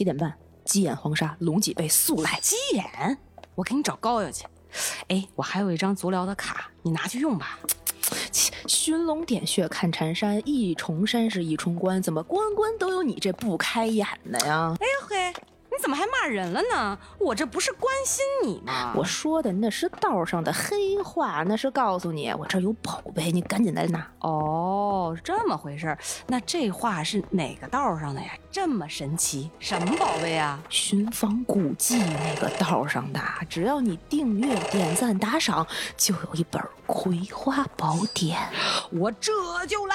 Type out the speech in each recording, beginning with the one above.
一点半，鸡眼黄沙，龙脊背，速来。鸡眼，我给你找膏药去。哎，我还有一张足疗的卡，你拿去用吧。寻龙点穴看缠山，一重山是一重关，怎么关关都有你这不开眼的呀？哎呦嘿，你怎么还骂人了呢？我这不是关心你吗？我说的那是道上的黑话，那是告诉你我这儿有宝贝，你赶紧来拿。哦，这么回事儿。那这话是哪个道上的呀？这么神奇，什么宝贝啊？寻访古迹那个道上的，啊只要你订阅、点赞、打赏，就有一本《葵花宝典》。我这就来。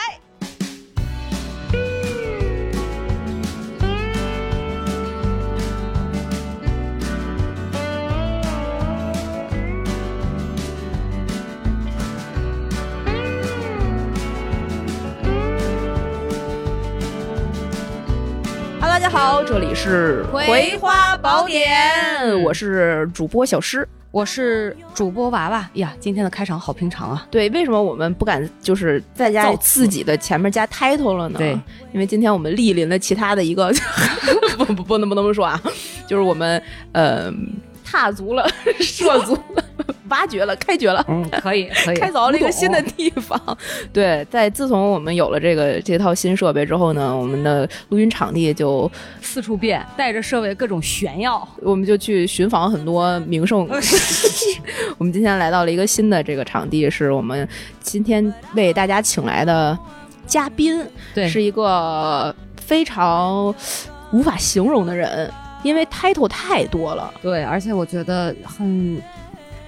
哈，大家好，这里是《葵花宝典》，我是主播小诗。我是主播娃娃呀。今天的开场好平常啊。对，为什么我们不敢就是在家造次自己的前面加 title 了呢？对，因为今天我们莅临了其他的一个，不不不能不能说啊，就是我们呃踏足了、 涉足了、挖掘了、开掘了。嗯，可以可 以开凿了一个新的地方，对，在自从我们有了这个这套新设备之后呢，我们的录音场地就四处变，带着设备各种炫耀。我们就去寻访很多名 胜。我们今天来到了一个新的这个场地，是我们今天为大家请来的嘉宾，对，是一个非常无法形容的人，因为 title 太多了。对，而且我觉得很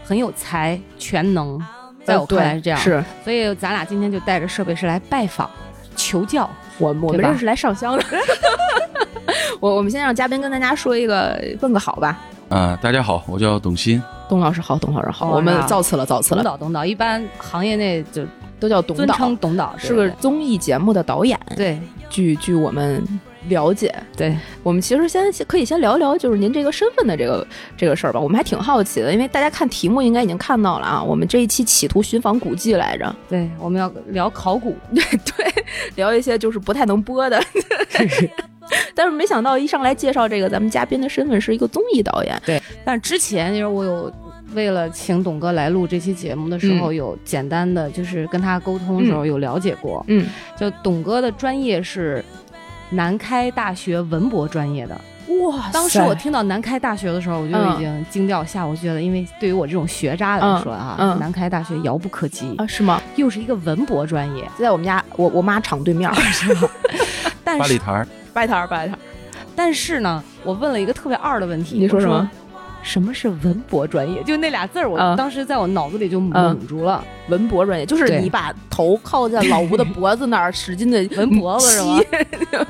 很有才，全能，在我看来是这样。呃对是所以咱俩今天就带着设备是来拜访、求教。我们我对们吧这是来上香的。 我我们先让嘉宾跟大家说一个问个好吧。啊、大家好，我叫董鑫。董老师好，董老师好，哦我们那造次了，造次董了，导，董导，一般行业内就都叫董尊导称，董导，是个综艺节目的导演。对据据我们了解，对我们其实先先可以先聊一聊，就是您这个身份的这个这个事儿吧。我们还挺好奇的，因为大家看题目应该已经看到了啊。我们这一期企图寻访古迹来着， 对，我们要聊考古，对，聊一些就是不太能播的，但 是没想到一上来介绍这个咱们嘉宾的身份是一个综艺导演，但是之前就是我有为了请董哥来录这期节目的时嗯候，有简单的就是跟他沟通的时候有了解过，嗯，就董哥的专业是南开大学文博专业的。哇 当时我听到南开大学的时候，我就嗯已经惊掉下，我觉得因为对于我这种学渣来说啊，嗯嗯南开大学遥不可及，啊是吗？又是一个文博专业，就在我们家我我妈厂对 面，但八是里台儿，白摊儿白摊儿，但是呢，我问了一个特别二的问题，你说我什么？什么是文博专业？就那俩字儿，我嗯当时在我脑子里就蒙住了。文博专业，就是对你把头靠在老吴的脖子那儿， 使劲的文脖子是吗？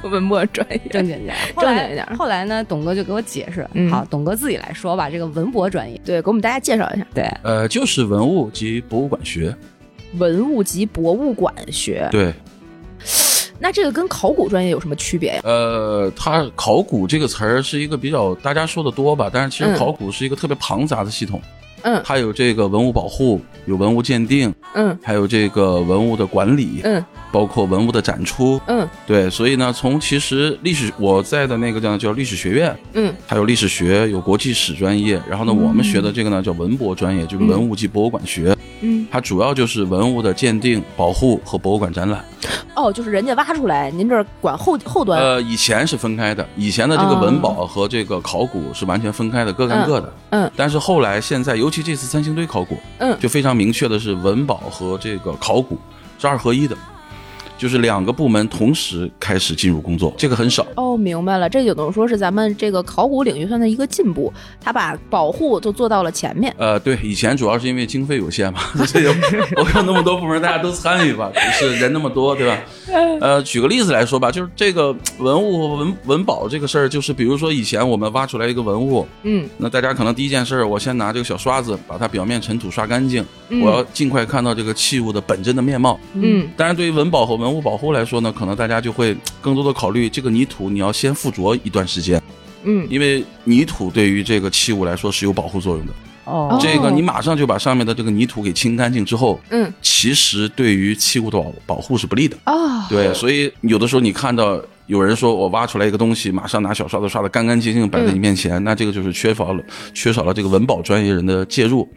文博专业，正经点儿，后正来经一点儿后来呢，董哥就给我解释，嗯好，董哥自己来说吧，这个文博专业，对，给我们大家介绍一下对，呃，就是文物及博物馆学。文物及博物馆呃学。对，那这个跟考古专业有什么区别呀？呃，它考古这个词儿是一个比较大家说的多吧，但是其嗯实考古是一个特别庞杂的系统，嗯它有这个文物保护，有文物鉴定，嗯还有这个文物的管理，嗯包括文物的展出。嗯对，所以呢，从其实历史我在的那个叫叫历史学院，嗯它有历史学，有国际史专业，然后呢，我们学的这个呢叫文博专业，就是文物及博物馆学。嗯，它主要就是文物的鉴定、保护和博物馆展览。哦，就是人家挖出来，您这儿管后后端。呃，以前是分开的，以前的这个啊文保和这个考古是完全分开的，各干各的。嗯但是后来现在，尤其这次三星堆考古，嗯就非常明确的是文保和这个考古是二合一的，就是两个部门同时开始进入工作，这个很少。哦，明白了，这就等于说是咱们这个考古领域上的一个进步，他把保护就做到了前面。呃，对，以前主要是因为经费有限嘛， 所以我有那么多部门，大家都参与吧，不是人那么多，对吧？呃，举个例子来说吧，就是这个文物文文保这个事儿，就是比如说以前我们挖出来一个文物，嗯那大家可能第一件事儿，我先拿这个小刷子把它表面尘土刷干净，嗯我要尽快看到这个器物的本真的面貌。嗯当然，对于文保和文物保护来说呢，可能大家就会嘖更多的考虑这个泥土你要先附着一段时间，嗯因为泥土对于这个器物来说是有保护作用的。哦这个你马上就把上面的这个泥土给清干净之后，嗯其实对于器物的保保护是不利的。啊，对，所以有的时候你看到有人说我挖出来一个东西，马上拿小刷子刷的干干净净摆在你面前，那这个就是缺乏了缺少了这个文保专业人的介入。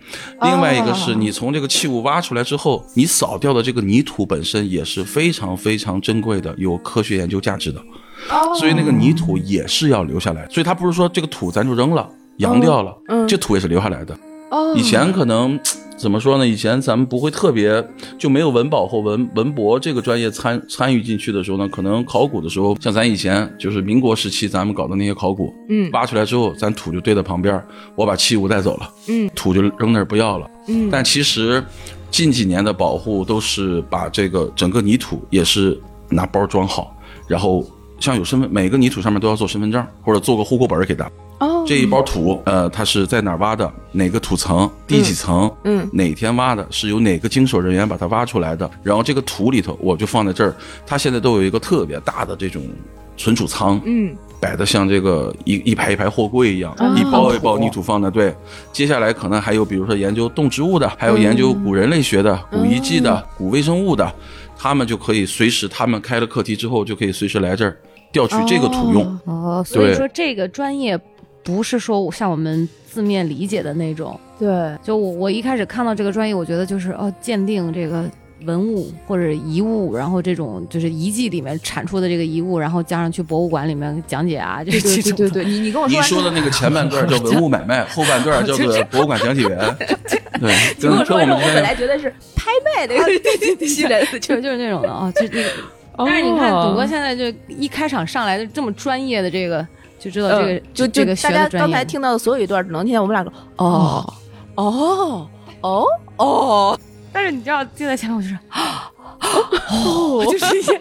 另外一个是你从这个器物挖出来之后，你扫掉的这个泥土本身也是非常非常珍贵的，有科学研究价值的。所以那个泥土也是要留下来，所以它不是说这个土咱就扔了、扬掉了，嗯这土也是留下来的。哦以前可能怎么说呢？以前咱们不会特别就没有文保或文文博这个专业参参与进去的时候呢，可能考古的时候，像咱以前就是民国时期咱们搞的那些考古，嗯挖出来之后，咱土就堆在旁边儿，我把器物带走了，嗯土就扔那儿不要了。嗯但其实近几年的保护都是把这个整个泥土也是拿包装好，然后像有身份，每个泥土上面都要做身份证或者做个户口本儿给他。哦这一包土，呃，它是在哪儿挖的？哪个土层？第几层？嗯嗯哪天挖的？是由哪个经手人员把它挖出来的？然后这个土里头，我就放在这儿。它现在都有一个特别大的这种存储仓，嗯摆的像这个一一排一排货柜一样，哦一包一包泥土放的。对，接下来可能还有比如说研究动植物的，还有研嗯究古人类学的、古遗迹哦的、古微生物的，他们就可以随时，他们开了课题之后就可以随时来这儿调取这个土用。哦，所以对说这个专业不是说像我们字面理解的那种。对就我我一开始看到这个专业，我觉得就是哦，鉴定这个文物或者遗物，然后这种就是遗迹里面产出的这个遗物，然后加上去博物馆里面讲解啊，这对这对种对的。对对，你 你跟我您完之说后的那个前半段叫文物买卖，后半段叫做博物馆讲解员。对，你跟跟我跟说我完之后，们我本之前来觉得是拍卖的 系列的， 就就是那种的哦，就那个。但是你看，董哥现在就一开场上来就这么专业的这个，就知道这个、嗯就这就个学大的家专刚业才听到的所有一段，只能听见我们俩说哦哦哦哦，但是你知道，就在前面我就是，啊 哦，就是一些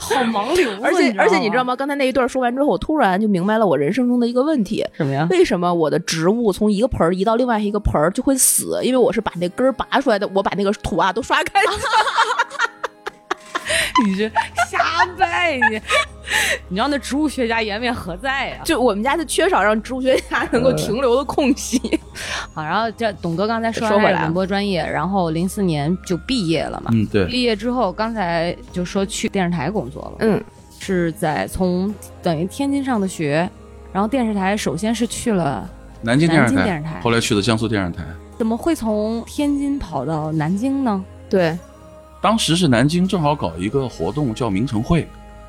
好盲流啊，而且而且你知道吗？吗？刚才那一段说完之后，我突然就明白了我人生中的一个问题：什么呀？为什么我的植物从一个盆儿移到另外一个盆儿就会死？因为我是把那根儿拔出来的，我把那个土啊都刷干净。 你这瞎掰你！你知道那植物学家颜面何在呀、就我们家就缺少让植物学家能够停留的空隙。好，然后这董哥刚才说说回完来啊文博专业，然后零四年就毕业了嘛。嗯，对，毕业之后，刚才就说去电视台工作了，嗯是在从等于天津上的学，然后电视台首先是去了，南京电视南京台电视，台后来去的江苏电视台。怎么会从天津跑到南京呢？对，当时是南京正好搞一个活动，叫明城会。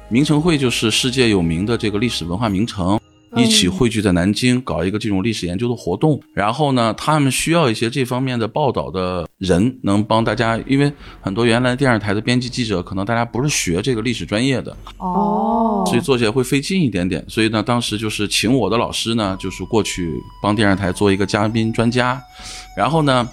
明城会就是世界有名的这个历史文化名城，一起汇聚在南京搞一个这种历史研究的活动。然后呢，他们需要一些这方面的报道的人，能帮大家，因为很多原来电视台的编辑记者，可能大家不是学这个历史专业的，哦所以做起来会费劲一点点。所以呢，当时就是请我的老师呢，就是过去帮电视台做一个嘉宾专家，然后呢。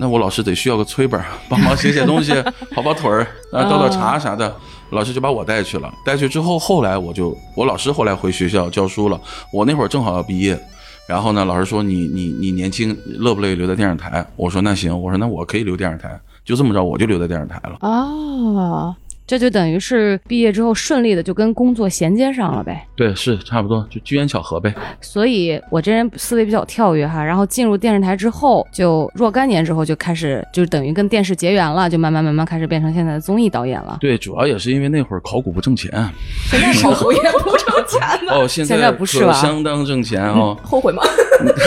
那我老师得需要个催本儿，帮忙写写东西，跑跑腿儿，啊，倒倒茶啥的。老师就把我带去了，带去之后，后来我就我老师后来回学校教书了，我那会儿正好要毕业，然后呢，老师说你你你年轻，乐不乐意留在电视台？我说那行，我说那我可以留电视台，就这么着我就留在电视台了。 啊，这就等于是毕业之后顺利的就跟工作衔接上了呗。对，是差不多，就机缘巧合呗。所以我这人思维比较跳跃哈，然后进入电视台之后，就若干年之后就开始，就等于跟电视结缘了，就慢慢慢慢开始变成现在的综艺导演了。对，主要也是因为那会儿考古不 挣钱。现在手头也不挣钱了，哦，现现在不是可了相当挣钱哦， 后悔吗？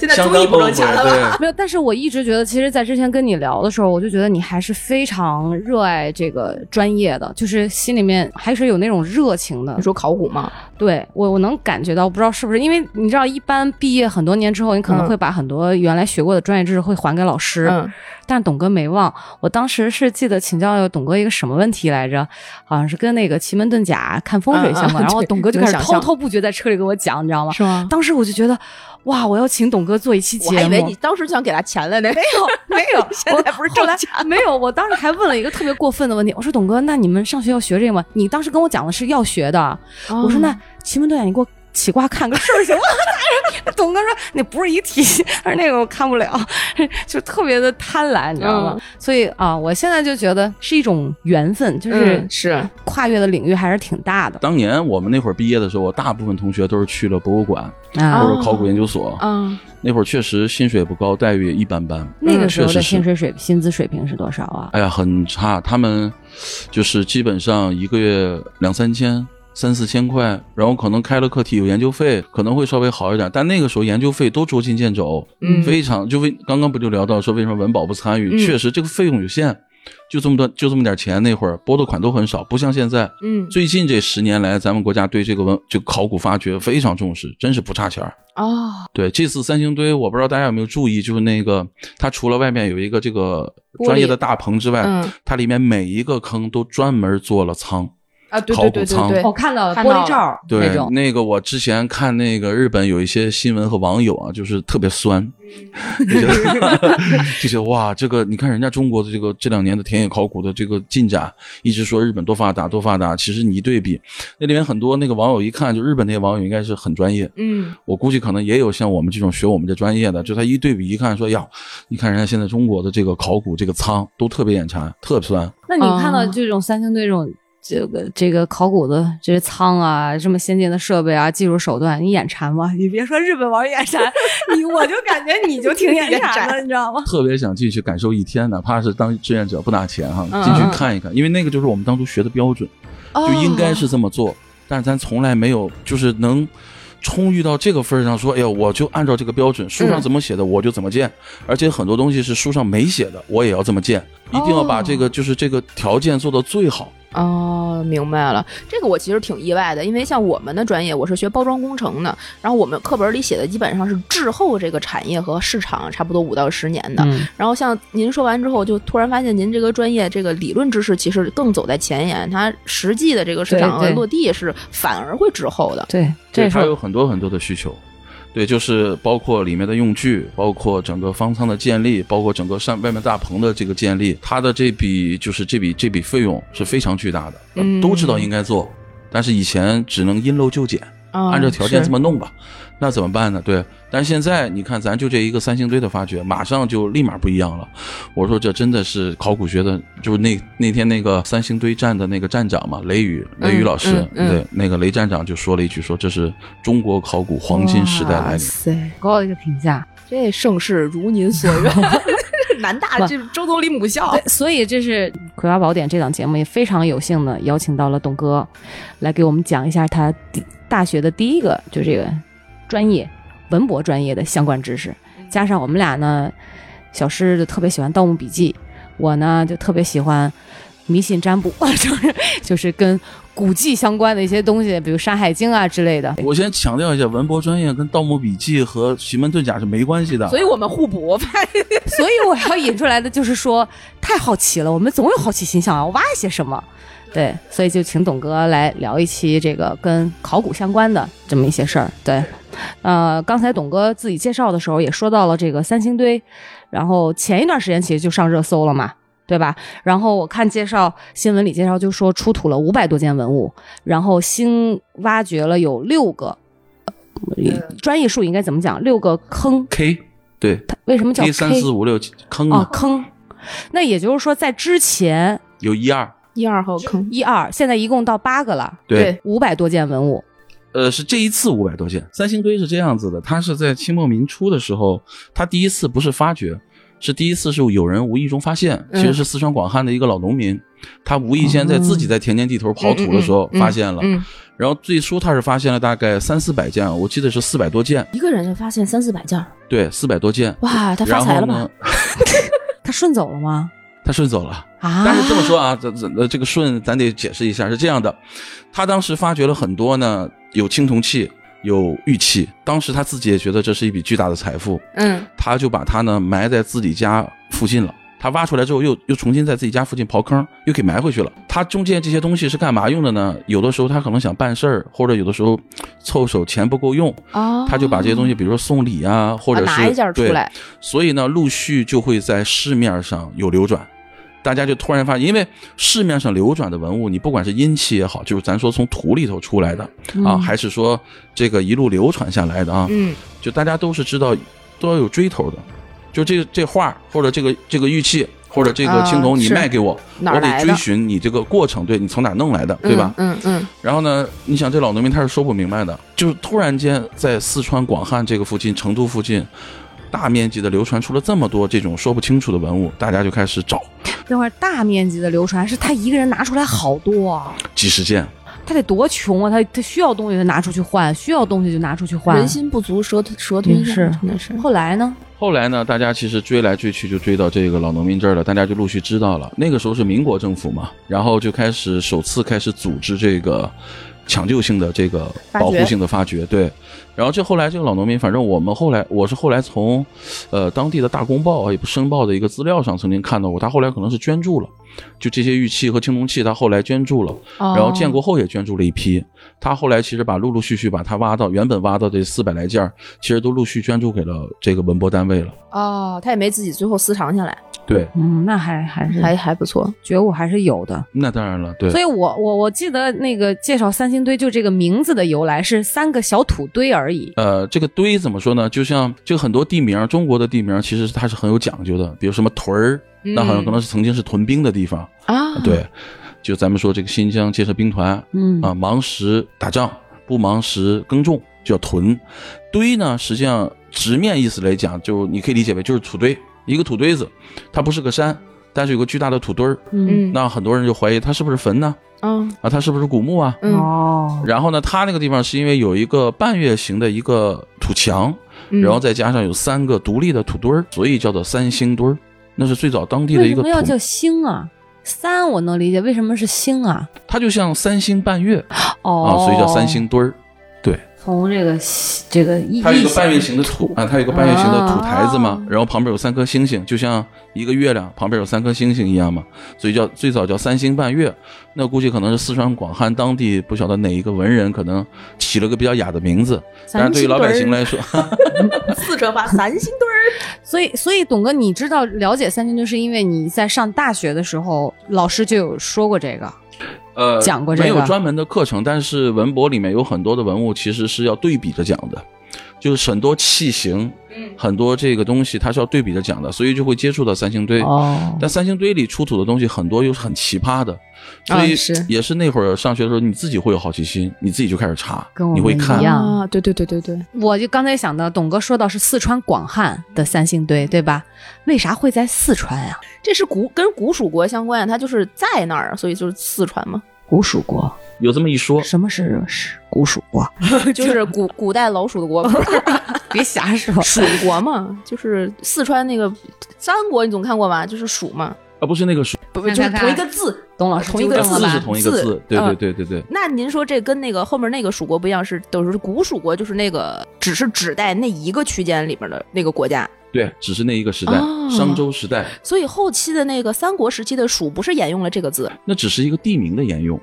现在相终当于不后挣悔。钱了吧？对，没有，但是我一直觉得，其实，在之前跟你聊的时候，我就觉得你还是非常热爱这个专业的，就是心里面还是有那种热情的你。说考古吗？对我，我能感觉到，不知道是不是因为你知道，一般毕业很多年之后，你可嗯能会把很多原来学过的专业知识会还给老师。嗯，但董哥没忘，我当时是记得请教董哥一个什么问题来着，好像是跟那个奇门遁甲看风水相关，嗯嗯然后对董哥就开始能想滔象滔不绝在车里给我讲，你知道吗？是吗？当时我就觉得，哇，我要请董哥做一期节我目。还以为你当时就想给他钱来呢，哎没有，，没有 现在不是后挣来钱。没有，我当时还问了一个特别过分的问题，我说董哥，那你们上学要学这个吗？你当时跟我讲的是要学的，我嗯说那奇门遁甲你给我起卦看个事儿行吗？ 董哥说那不是一 体，他说那个我看不了， 就特别的贪婪，你知道吗？嗯所以啊，我现在就觉得是一种缘分，就是嗯是跨越的领域还是挺大的当年我们那会儿毕业的时候，我大部分同学都是去了博物馆哦啊。或者考古研究所。嗯，那会儿确实薪水也不高，待遇也一般般。那个时候确的实是薪水水薪资水平是多少啊？哎呀，很差。他们就是基本上一个月两三千，三四千块，然后可能开了课题有研究费，可能会稍微好一点，但那个时候研究费都捉襟见肘，嗯非常就为刚刚不就聊到说为什么文保不参与，确实这个费用有限，就这么多就这么点钱，那会儿拨的款都很少，不像现在。嗯最近这十年来，咱们国家对这个文这个考古发掘非常重视，真是不差钱儿。哦，对，这次三星堆，我不知道大家有没有注意，就是那个它除了外面有一个这个玻璃专业的大棚之外，嗯它里面每一个坑都专门做了仓。啊，对考对古对对舱对，我哦看到看玻到璃罩儿对那，种，那个我之前看那个日本有一些新闻和网友啊，就是特 别酸，就觉得 就觉得哇，这个你看人家中国的这个这两年的田野考古的这个进展，一直说日本多发达多发达，其实你一对比，那里面很多那个网友一看就日本那些网友应该是很专业，嗯，我估计可能也有像我们这种学我们这专业的，就他一对比一看说呀，你看人家现在中国的这个考古这个仓都特别眼馋，特酸。那你看到哦这种三星堆这种这个这个考古的这些仓啊，这么先进的设备啊，技术手段，你眼馋吗？你别说日本网友眼馋，你我就感觉你就挺眼馋的，你知道吗？特别想进去感受一天，哪怕是当志愿者不拿钱哈，嗯进去看一看，因为那个就是我们当初学的标准，哦就应该是这么做。但是咱从来没有就是能充裕到这个份儿上，说哎呀，我就按照这个标准，书上怎么写的我就怎么建，而且很多东西是书上没写的，我也要这么建，一定要把这个、就是这个条件做到最好。哦，明白了，这个我其实挺意外的，因为像我们的专业，我是学包装工程的，然后我们课本里写的基本上是滞后这个产业和市场差不多五到十年的。嗯然后像您说完之后，就突然发现您这个专业这个理论知识其实更走在前沿，它实际的这个市场对对落地是反而会滞后的。对，对，这它是有很多很多的需求。对，就是包括里面的用具，包括整个方舱的建立，包括整个上外面大棚的这个建立，它的这笔就是这笔这笔费用是非常巨大的。嗯都知道应该做，但是以前只能因陋就简，啊按照条件是这么弄吧。那怎么办呢？对，但是现在你看，咱就这一个三星堆的发掘，马上就立马不一样了。我说这真的是考古学的，就是那那天那个三星堆站的那个站长嘛，雷雨雷雨老师，嗯嗯嗯对，那个雷站长就说了一句说这是中国考古黄金时代来哇临。塞，高的一个评价。这盛世如您所 愿，南大这周总理母校对， 所以这是《葵花宝典》这档节目也非常有幸的邀请到了董哥，来给我们讲一下他第大学的第一个就这个专业文博专业的相关知识，加上我们俩呢，小诗就特别喜欢《盗墓笔记》，我呢就特别喜欢迷信占卜， 就是就是跟古迹相关的一些东西，比如《山海经》啊之类的。我先强调一下，文博专业跟《盗墓笔记》和《奇门遁甲》是没关系的。所以我们互补，我发现所以我要引出来的就是说，太好奇了，我们总有好奇心，想要挖一些什么。对，所以就请董哥来聊一期这个跟考古相关的这么一些事儿。对，呃，刚才董哥自己介绍的时候也说到了这个三星堆，然后前一段时间其实就上热搜了嘛，对吧？然后我看介绍新闻里介绍就说出土了五百多件文物，然后新挖掘了有六个，呃专业术语应该怎么讲？六个坑， K 对它为什么叫 K 三 K 四五六坑哦啊，，坑。那也就是说，在之前有一二。 一二号坑。一二，现在一共到八个了，对五百多件文物。呃，是这一次五百多件。三星堆是这样子的，它是在清末民初的时候，它第一次不是发掘，是第一次是有人无意中发现，嗯其实是四川广汉的一个老农民，他无意间在自己在田间地头刨土的时候哦嗯嗯嗯发现了。嗯，然后最初他是发现了大概三四百件，我记得是四百多件，一个人就发现三四百件儿，对，四百多件。哇，他发然财后了吧呢？，他顺走了吗？他顺走了。啊，但是这么说啊，这这呃这个舜咱得解释一下，是这样的，他当时发掘了很多呢，有青铜器，有玉器，当时他自己也觉得这是一笔巨大的财富，嗯，他就把它呢埋在自己家附近了。他挖出来之后又，又重新在自己家附近刨坑，又给埋回去了。他中间这些东西是干嘛用的呢？有的时候他可能想办事儿，或者有的时候凑手钱不够用，哦，他就把这些东西，比如说送礼啊，或者是、啊拿一件儿出对来，所以呢，陆续就会在市面上有流转。大家就突然发现，因为市面上流转的文物，你不管是阴气也好，就是咱说从土里头出来的、啊，还是说这个一路流传下来的啊，嗯，就大家都是知道都要有追头的，就这这画儿或者这个这个玉器或者这个青啊铜，你是卖给我，哪我儿来的得追寻你这个过程，对你从哪儿弄来的，对吧？嗯嗯然后呢，你想这老农民他是说不明白的，就是突然间在四川广汉这个附近、成都附近。大面积的流传出了这么多这种说不清楚的文物，大家就开始找这会儿大面积的流传，是他一个人拿出来好多啊几十件，他得多穷啊！他他需要东西就拿出去换，需要东西就拿出去换。人心不足蛇蛇吞也象，是真的是。后来呢？后来呢，大家其实追来追去就追到这个老农民这儿了，大家就陆续知道了。那个时候是民国政府嘛，然后就开始首次开始组织这个抢救性的这个发掘保护性的发掘，对。然后这后来这个老农民，反正我们后来我是后来从，呃当地的大公报啊，也不申报的一个资料上曾经看到过，他后来可能是捐助了，就这些玉器和青铜器，他后来捐助了。然然后建国后也捐助了一批。他后来其实把陆陆续续把他挖到原本挖到这四百来件儿，其实都陆续捐助给了这个文博单位了。哦，他也没自己最后私藏下来，对，嗯，那还还是还还不错。觉悟还是有的。那当然了，对所以我我我记得那个介绍三星堆就这个名字的由来是三个小土堆而已。呃，这个堆怎么说呢？就像这个很多地名，中国的地名其实它是很有讲究的，比如什么屯儿，那好像可能是曾经是屯兵的地方，啊，对。就咱们说这个新疆建设兵团嗯啊，忙时打仗，不忙时耕种，叫屯。堆呢，实际上直面意思来讲，就你可以理解为就是土堆，一个土堆子，它不是个山。但是有个巨大的土堆儿，嗯，那很多人就怀疑它是不是坟呢？嗯啊，它是不是古墓啊？嗯哦，然后呢，它那个地方是因为有一个半月形的一个土墙，嗯，然后再加上有三个独立的土堆儿，所以叫做三星堆儿。那是最早当地的为一什个么要叫土，星啊？三我能理解，为什么是星啊？它就像三星半月哦，啊，所以叫三。星堆儿。对，从这个西这个意它有一意个象哦半月形的土啊，它有一个半月形的土台子嘛啊，然后旁边有三颗星星，就像一个月亮旁边有三颗星星一样嘛，所以叫最早叫三星半月。那估计可能是四川广汉当地不晓得哪一个文人可能起了个比较雅的名字，但是对于老百姓来说， 四川 话三星堆儿，所以，所以董哥，你知道了解三星堆是因为你在上大学的时候，老师就有说过这个。呃，讲过这个没有专门的课程，但是文博里面有很多的文物其实是要对比着讲的，就是很多器型，嗯很多这个东西它是要对比着讲的，所以就会接触到三星堆。哦，但三星堆里出土的东西很多又是很奇葩的，所以啊是也是那会儿上学的时候，你自己会有好奇心，你自己就开始查跟我，们你会一样看。啊，对对对对对，我就刚才想到，董哥说到是四川广汉的三星堆，对吧？为啥会在四川呀、这是古跟古蜀国相关，它就是在那儿，所以就是四川 嘛，古蜀国，有这么一说，什么是是古蜀国？就是古古代老蜀的国， 别瞎 说蜀哦国嘛，就是四川那个三国，你总看过吧？就是蜀嘛，啊，不是那个书，不不就是看看同一个字。董老师同一个纠字正了字吧是同一个字字，对对嗯对对对。那您说这跟那个后面那个蜀国不一样，是都是古蜀国，就是那个只是指代那一个区间里面的那个国家，对，只是那一个时代，哦商周时代，所以后期的那个三国时期的蜀不是沿用了这个字那只是一个地名的沿用。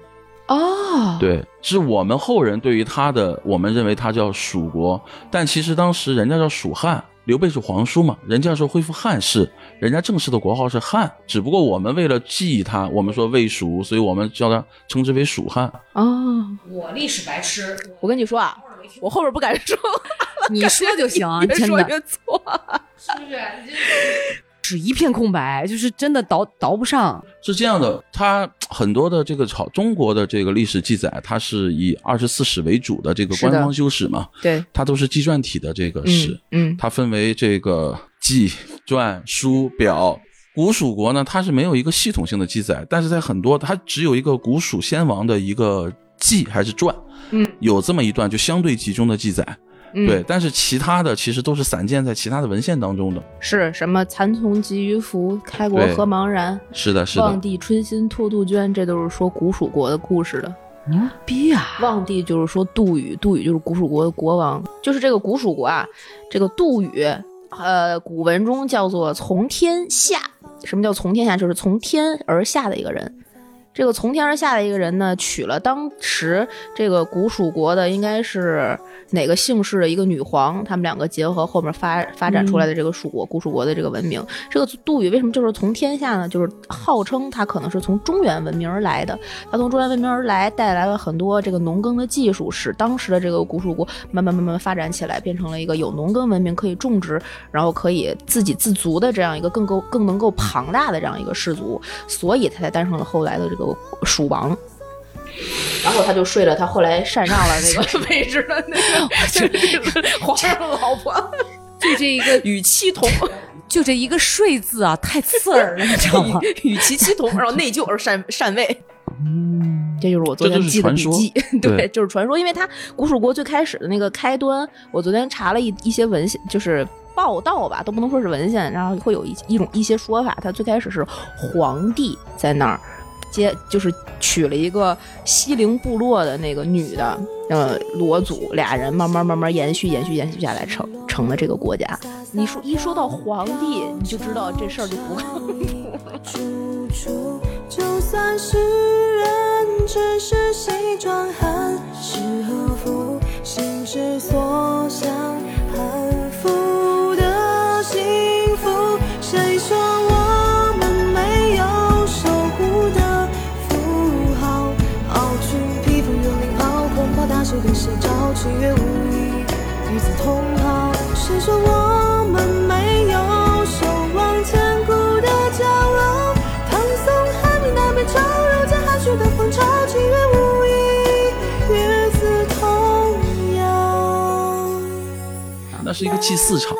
哦，对，是我们后人对于他的，我们认为他叫蜀国，但其实当时人家叫蜀汉，刘备是皇叔嘛，人家说恢复汉室，人家正式的国号是汉，只不过我们为了记忆他，我们说魏蜀，所以我们叫他称之为蜀汉。哦，我历史白痴，我跟你说啊，我后边不敢说，，你说就行啊越真说的越错。是一片空白，就是真的倒倒不上。是这样的，它很多的这个朝中国的这个历史记载，它是以二十四史为主的这个是的官方修史嘛，对，它都是纪传体的这个史。嗯它分为这个纪、传、书、表。古蜀国呢，它是没有一个系统性的记载，但是在很多它只有一个古蜀先王的一个纪还是传，嗯，有这么一段就相对集中的记载，嗯，对。，但是其他的其实都是散见在其他的文献当中的。是什么蚕丛及鱼凫，开国对何茫然，是的，是望的，帝春心托杜鹃，这都是说古蜀国的故事的。牛逼啊！望帝就是说杜宇，杜宇就是古蜀国的国王，就是这个古蜀国啊，这个杜宇，呃，古文中叫做从天下。什么叫从天下？就是从天而下的一个人。这个从天而下的一个人呢，娶了当时这个古蜀国的应该是哪个姓氏的一个女皇，他们两个结合后面发发展出来的这个蜀国、古蜀国的这个文明。这个杜宇为什么就是从天下呢？就是号称他可能是从中原文明而来的，他从中原文明而来，带来了很多这个农耕的技术，使当时的这个古蜀国慢慢慢慢发展起来，变成了一个有农耕文明可以种植，然后可以自给自足的这样一个更够更能够庞大的这样一个氏族，所以他才诞生了后来的这个蜀王。然后他就睡了，他后来禅让了那个位置的那个皇上的老婆，就这一 个，与其 同，就这一个“睡”字啊，太刺耳了，你知道吗？与其其同，然后内疚而禅禅位。嗯，这就是我昨这天就是记的传笔说记，对，对 就是传说，因为它古蜀国最开始的那个开端，我昨天查了一一些文献，就是报道吧，都不能说是文献，然后会有一一种一些说法，它最开始是皇帝在那儿接，就是娶了一个西陵部落的那个女的，呃，罗祖俩人慢慢慢慢延续延续延续下来成成了这个国家。你说一说到皇帝，你就知道这事儿就不靠 处处，就算是人，只是西装还是和服，心之所向，汉服的幸福。谁说我们没有守护的符号？傲去披风有领袍，恐怕大手给谁招？七月无意与子同袍。谁说我们没有守望千古的骄傲？唐宋汉明南北朝，柔剑含蓄的风潮，七月无意与子同摇。那是一个祭祀场。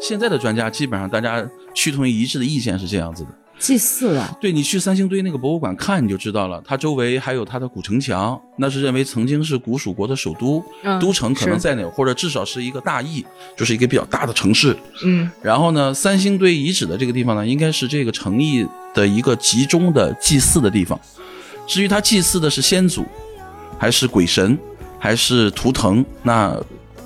现在的专家基本上大家趋同于一致的意见是这样子的。祭祀啊了，对你去三星堆那个博物馆看你就知道了，它周围还有它的古城墙，那是认为曾经是古蜀国的首都，嗯都城可能是在哪，或者至少是一个大邑，就是一个比较大的城市。嗯然后呢，三星堆遗址的这个地方呢，应该是这个城邑的一个集中的祭祀的地方。至于他祭祀的是先祖，还是鬼神，还是图腾，那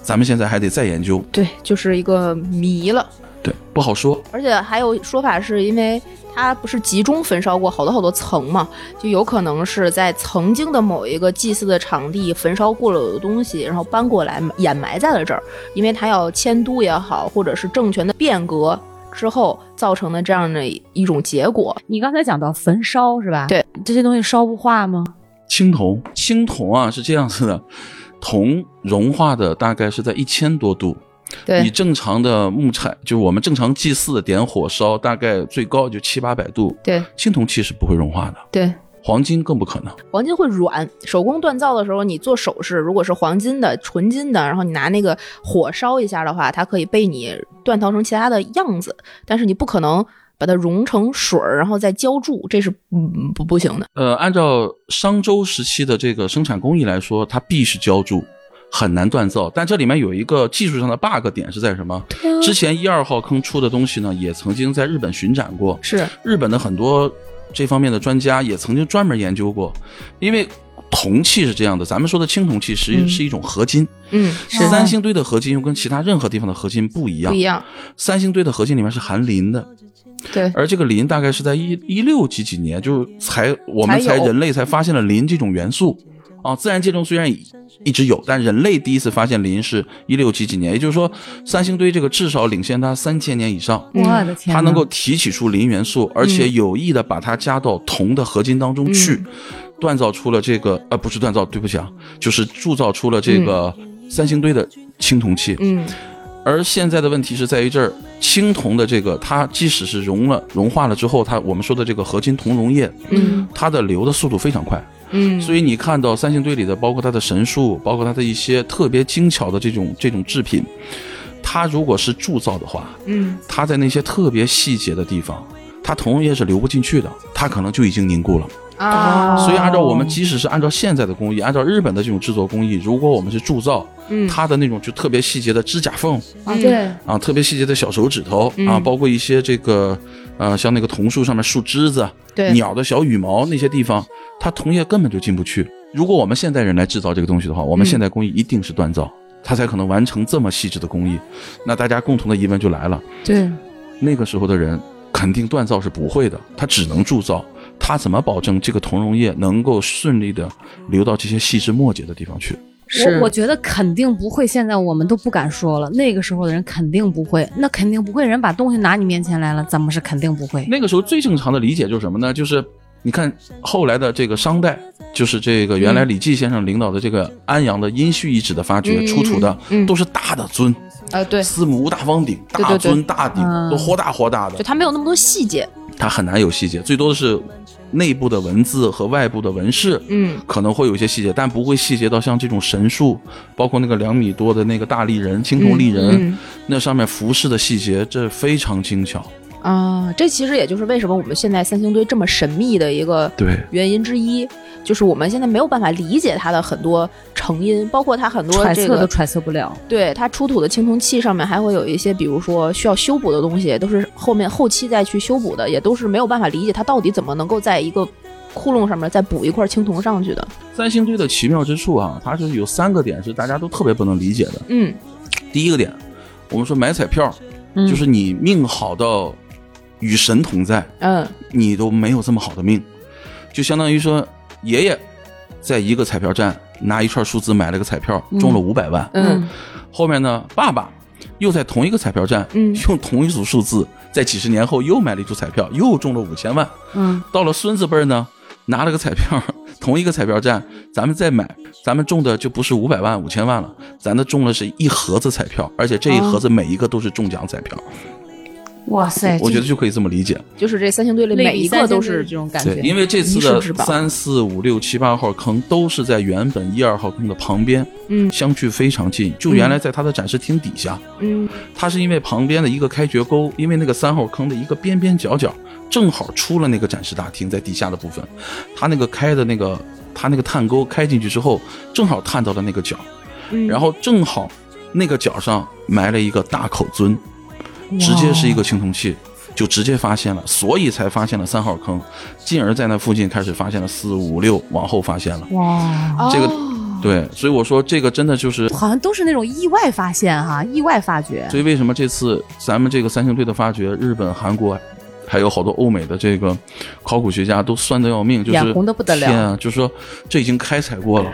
咱们现在还得再研究，对，就是一个迷了。对，不好说。而且还有说法是因为它不是集中焚烧过好多好多层嘛，就有可能是在曾经的某一个祭祀的场地焚烧过了的东西，然后搬过来掩埋在了这儿，因为它要迁都也好，或者是政权的变革之后造成的这样的一种结果。你刚才讲到焚烧是吧？对，这些东西烧不化吗？青铜，青铜啊是这样子的，铜融化的大概是在一千多度。你对，正常的木柴，就我们正常祭祀的点火烧，大概最高就七八百度，对，青铜器是不会融化的，对。黄金更不可能。黄金会软，手工锻造的时候，你做首饰，如果是黄金的、纯金的，然后你拿那个火烧一下的话，它可以被你锻造成其他的样子，但是你不可能把它融成水儿，然后再浇铸，这是嗯不不行的。呃，按照商周时期的这个生产工艺来说，它必是浇铸，很难锻造。但这里面有一个技术上的 bug 点是在什么？啊之前一二号坑出的东西呢，也曾经在日本巡展过，是日本的很多这方面的专家也曾经专门研究过，因为铜器是这样的，咱们说的青铜器实际嗯是一种合金，嗯，是三星堆的合金又跟其他任何地方的合金不一样，不一样。三星堆的合金里面是含磷的，对，而这个磷大概是在一一六几几年，就是才我们才才有人类才发现了磷这种元素啊。自然界中虽然一直有，但人类第一次发现磷是一六几几年，也就是说三星堆这个至少领先它三千年以上。嗯我的天它呐，能够提取出磷元素，而且有意的把它加到铜的合金当中去，锻造出了这个呃不是锻造，对不起啊，就是铸造出了这个三星堆的青铜器。嗯而现在的问题是在于这儿，青铜的这个它即使是融了融化了之后，它我们说的这个合金铜溶液，嗯它的流的速度非常快，嗯，所以你看到三星堆里的，包括它的神树，包括它的一些特别精巧的这种这种制品，它如果是铸造的话，嗯它在那些特别细节的地方，它铜溶液是流不进去的，它可能就已经凝固了。啊，所以按照我们即使是按照现在的工艺，按照日本的这种制作工艺，如果我们是铸造，嗯它的那种就特别细节的指甲缝。啊，对，啊，特别细节的小手指头、嗯啊，包括一些这个呃，像那个桐树上面树枝子、对鸟的小羽毛那些地方，它铜液根本就进不去。如果我们现代人来制造这个东西的话，我嗯们现代工艺一定是锻造，它才可能完成这么细致的工艺。那大家共同的疑问就来了：对，那个时候的人肯定锻造是不会的，他只能铸造。他怎么保证这个铜溶液能够顺利的流到这些细枝末节的地方去？是我我觉得肯定不会，现在我们都不敢说了。那个时候的人肯定不会，那肯定不会。人把东西拿你面前来了，咱们是肯定不会。那个时候最正常的理解就是什么呢？就是你看后来的这个商代，就是这个原来李济先生领导的这个安阳的殷墟遗址的发掘，嗯出土的、嗯嗯都是大的尊，呃对，司母大方鼎，对对大对尊大鼎嗯都豁大豁大的就，它没有那么多细节。它很难有细节，最多的是内部的文字和外部的纹饰。嗯可能会有一些细节，但不会细节到像这种神树，包括那个两米多的那个大立人、青铜立人，嗯嗯那上面服饰的细节，这非常精巧。啊，这其实也就是为什么我们现在三星堆这么神秘的一个对原因之一，就是我们现在没有办法理解它的很多成因，包括它很多揣这测都个揣测不了。对它出土的青铜器上面还会有一些，比如说需要修补的东西，都是后面后期再去修补的，也都是没有办法理解它到底怎么能够在一个窟窿上面再补一块青铜上去的。三星堆的奇妙之处啊，它是有三个点是大家都特别不能理解的。嗯，第一个点，我们说买彩票，嗯就是你命好到与神同在，嗯你都没有这么好的命，就相当于说爷爷在一个彩票站拿一串数字买了个彩票，中了五百万。嗯后面呢，爸爸又在同一个彩票站，嗯用同一组数字，在几十年后又买了一注彩票，又中了五千万。嗯，到了孙子辈儿呢，拿了个彩票，同一个彩票站，咱们再买， 咱们中的就不是五百万、五千万了，咱的中了是一盒子彩票，而且这一盒子每一个都是中奖彩票。哇哎塞我觉得就可以这么理解，就是这三星堆里每一个都是这种感对，因为这次一世的之宝三四五六七八号坑都是在原本一二号坑的旁边，嗯相距非常近，就原来在它的展示厅底下，嗯它是因为旁边的一个开掘沟，因为那个三号坑的一个边边角角，正好出了那个展示大厅在地下的部分，它那个开的那个它那个探沟开进去之后，正好探到了那个角，嗯，然后正好那个角上埋了一个大口尊，直接是一个青铜器。就直接发现了，所以才发现了三号坑，进而在那附近开始发现了四五六，往后发现了。哇，哦。这个对，所以我说这个真的就是好像都是那种意外发现哈，意外发掘。所以为什么这次咱们这个三星堆的发掘，日本、韩国，还有好多欧美的这个考古学家都酸得要命，就是眼红得不得了天啊，就说这已经开采 过了，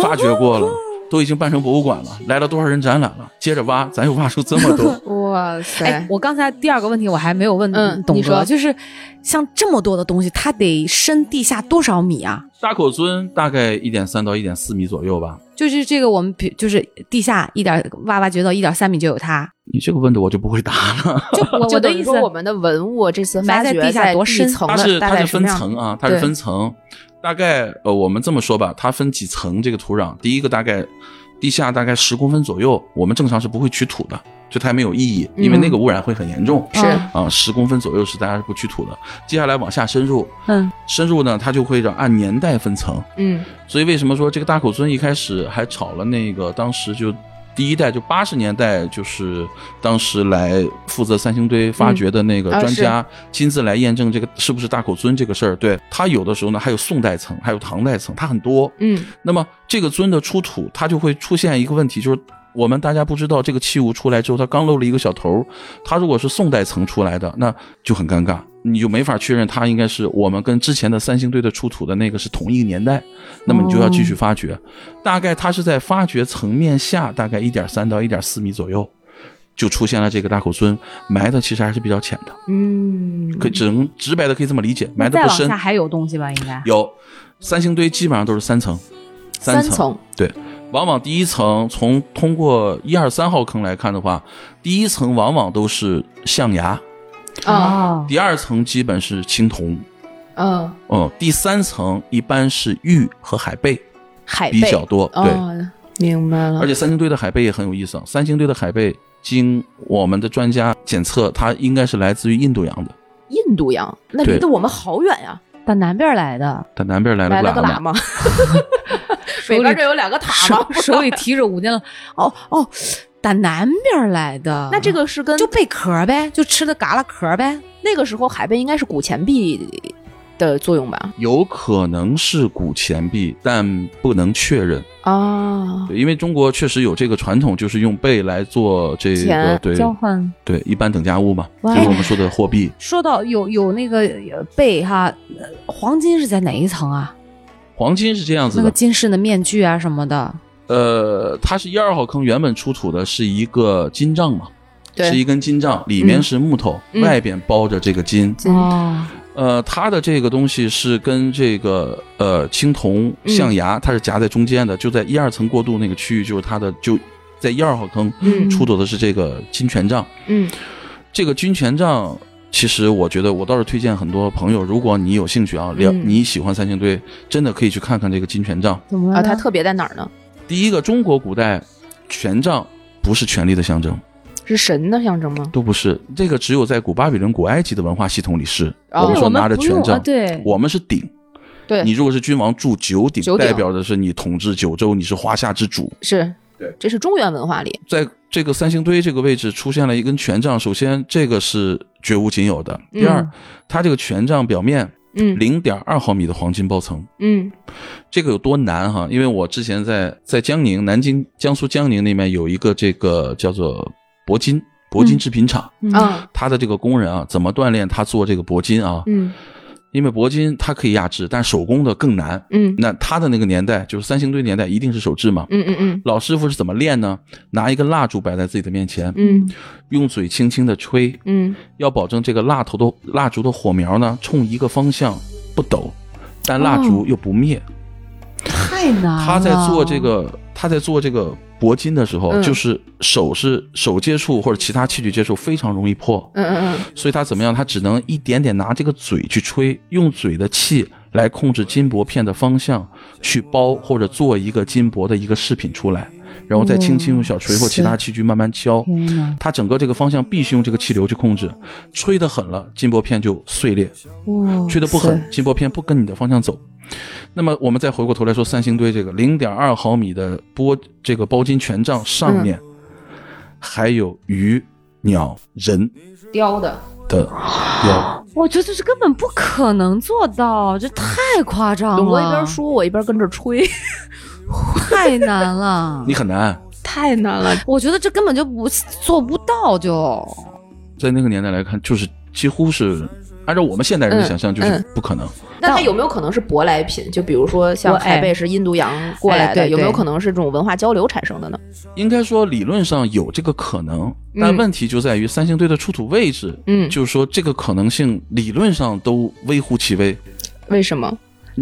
发掘过了，都已经办成博物馆了，来了多少人展览了，接着挖，咱又挖出这么多 哇塞哎，我刚才第二个问题我还没有问嗯董你哥，说就是像这么多的东西，它得深地下多少米啊？大口尊大概一点三到一点四米左右吧。就是这个，我们比就是地下一点挖挖掘到一点三米就有它，你这个问的我就不会答了。就我 就我的等于意思说，，我们的文物这次埋发在掘地下多深层它的是大它概是什么分样？层啊，它是对分层，大概呃我们这么说吧，它分几层这个土壤，第一个大概地下大概十公分左右，我们正常是不会取土的，就它没有意义，因嗯为那个污染会很严重。是嗯啊，十公分左右是大家是不取土的。接下来往下深入，嗯，深入呢，它就会让按年代分层。嗯所以为什么说这个大口村一开始还炒了那个当时就第一代就八十年代就是当时来负责三星堆发掘的那个嗯啊专家亲自来验证这个是不是大口尊这个事儿。对他有的时候呢还有宋代层，还有唐代层，它很多。嗯那么这个尊的出土，它就会出现一个问题，就是我们大家不知道这个器物出来之后，它刚露了一个小头儿，它如果是宋代层出来的，那就很尴尬，你就没法确认它应该是我们跟之前的三星堆的出土的那个是同一个年哦代，那么你就要继续发掘，大概它是在发掘层面下大概一点三到一点四米左右。就出现了这个大口尊，埋的其实还是比较浅的，嗯，可只能直白的可以这么理解，埋的再不往深下。还有东西吧？应该有三星堆基本上都是三层，三层层对，往往第一层从通过一二三号坑来看的话，第一层往往都是象牙，啊哦，第二层基本是青铜，嗯，嗯，第三层一般是玉和海贝海比贝较多，对。哦，明白了而。且三星堆的海贝也很有意思啊，三星堆的海贝经我们的专家检测，它应该是来自于印度洋的，印度洋那对离得我们好远呀，打南边来的，它南边来了来了个个喇喇嘛，嘛，北边手里这有两个塔手嘛。 手里提着五 斤了，哦哦，打南边来的，那这个是跟就贝壳呗，就吃的嘎啦壳呗。那个时候海贝应该是古钱币的作用吧？有可能是古钱币，但不能确认。啊，对，因为中国确实有这个传统，就是用贝来做这钱个对换。对一般等价物嘛，哇就是我们说的货币。说到有有那个呃贝哈，呃黄金是在哪一层啊？黄金是这样子那个的，金饰的面具啊什么的，呃，它是一二号坑原本出土的是一个金杖嘛，对是一根金杖，里面是木头，嗯外边包着这个金。金哦，呃，它的这个东西是跟这个呃青铜、嗯象牙，它是夹在中间的，就在一二层过渡那个区域，就是它的就在一二号坑嗯出土的是这个金权杖。嗯这个军权杖，其实我觉得我倒是推荐很多朋友，如果你有兴趣啊，了、嗯你喜欢三星堆，真的可以去看看这个金权杖。怎么啊，了它呢？特别在哪儿呢？第一个，中国古代权杖不是权力的象征，是神的象征吗？都不是。这个只有在古巴比伦、古埃及的文化系统里是，哦我们对所我们拿着不权用杖，啊对我们是鼎。对你如果是君王铸九鼎，九鼎代表的是你统治九州，你是华夏之主。是，对，这是中原文化里，在这个三星堆这个位置出现了一根权杖，首先这个是绝无仅有的。第二，它这个权杖表面嗯零点二毫米的黄金包层，嗯这个有多难哈？因为我之前在在江宁、南京、江苏江宁那边有一个这个叫做铂金铂嗯金制品厂，啊它的这个工人啊，怎么锻炼他做这个铂金啊？嗯因为铂金它可以压制，但手工的更难。嗯那他的那个年代就是三星堆年代，一定是手制嘛。嗯嗯嗯老师傅是怎么练呢？拿一根蜡烛摆在自己的面前，嗯用嘴轻轻的吹，嗯要保证这个蜡头的蜡烛的火苗呢冲一个方向不抖，但蜡烛又不灭。哦太难了。他在做这个，他在做这个铂金的时候，嗯就是手是手接触或者其他器具接触非常容易破，嗯嗯所以他怎么样？他只能一点点拿这个嘴去吹，用嘴的气来控制金箔片的方向，去包或者做一个金箔的一个饰品出来，然后再轻轻用小锤或其他器具慢慢敲。天哪，它整个这个方向必须用这个气流去控制，吹得狠了，金箔片就碎裂；哦哇吹得不狠，金箔片不跟你的方向走。那么我们再回过头来说，三星堆这个零点二毫米的波，这个包金权杖上面、嗯还有鱼、鸟、人嗯，雕的，的腰，我觉得这根本不可能做到，这太夸张了。我一边说，我一边跟着吹，太难 了你，很难太难了，我觉得这根本就不做不到就，在那个年代来看，就是几乎是按照我们现代人的嗯想象，就是嗯不可能。那它有没有可能是舶来品？就比如说像我哎海贝是印度洋过来哎的，对有没有对可能是这种文化交流产生的呢？应该说理论上有这个可能，嗯但问题就在于三星堆的出土位置，嗯就是说这个可能性理论上都微乎其微。为什么？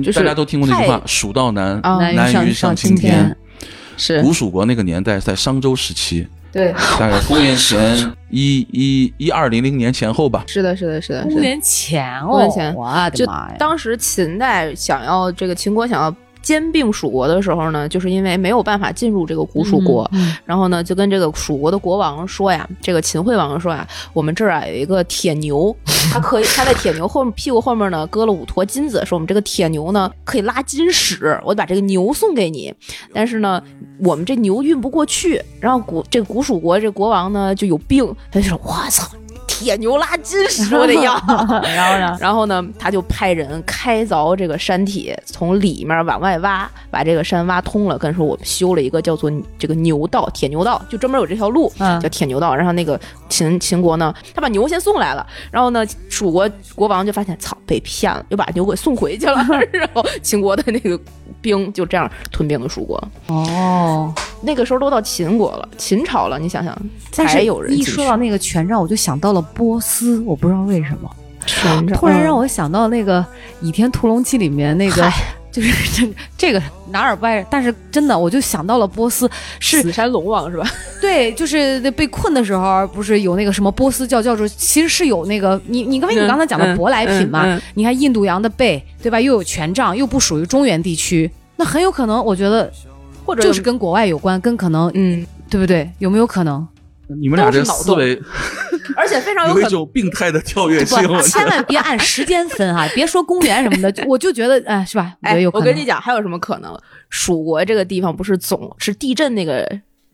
就是大家都听过那句话太“蜀道难，啊难于难于上青青天”。是古蜀国那个年代在商周时期，对，大概公元前一一一二零零年前后吧。是的，是的，是的，公是的。元前哦，公元前我就的妈呀！嗯当时秦代想要这个秦国想要兼并蜀国的时候呢，就是因为没有办法进入这个古蜀国，嗯然后呢就跟这个蜀国的国王说呀，这个秦惠王说呀，我们这儿啊有一个铁牛，他可以他在铁牛后面屁股后面呢搁了五坨金子，说我们这个铁牛呢可以拉金使，我把这个牛送给你，但是呢我们这牛运不过去，然后古这个古蜀国这国王呢就有病，他就说我操。铁牛拉金使，我得要。 然后呢？然后呢，他就派人开凿这个山体，从里面往外挖，把这个山挖通了。跟说我们修了一个叫做这个牛道、铁牛道，就专门有这条路。嗯叫铁牛道，然后那个秦秦国呢，他把牛先送来了，然后呢，蜀国国王就发现操被骗了，又把牛给送回去了， 然后秦国的那个兵就这样吞并了蜀国。哦，那个时候都到秦国了，秦朝了，你想想，但才是有人一进去说到那个权杖，我就想到了波斯，我不知道为什么，啊秦朝突然让嗯我想到那个《倚天屠龙记》里面那个嗨，就是 这这个哪儿不挨着，但是真的我就想到了波斯，是死山龙王 是吧？对，就是那被困的时候，不是有那个什么波斯教教主，其实是有那个你你刚才你刚才讲的嗯舶来品嘛，嗯嗯你看印度洋的贝，对吧？又有权杖，又不属于中原地区，那很有可能，我觉得或者就是跟国外有关，跟可能、嗯，对不对？有没有可能？你们俩这思维而且非常有有可一能。种病态的跳跃性，不， 千万别按时间分啊，别说公元什么的，就我就觉得哎，是吧？我觉得哎有，可我能。跟你讲，还有什么可能？蜀国这个地方不是总是地震那个，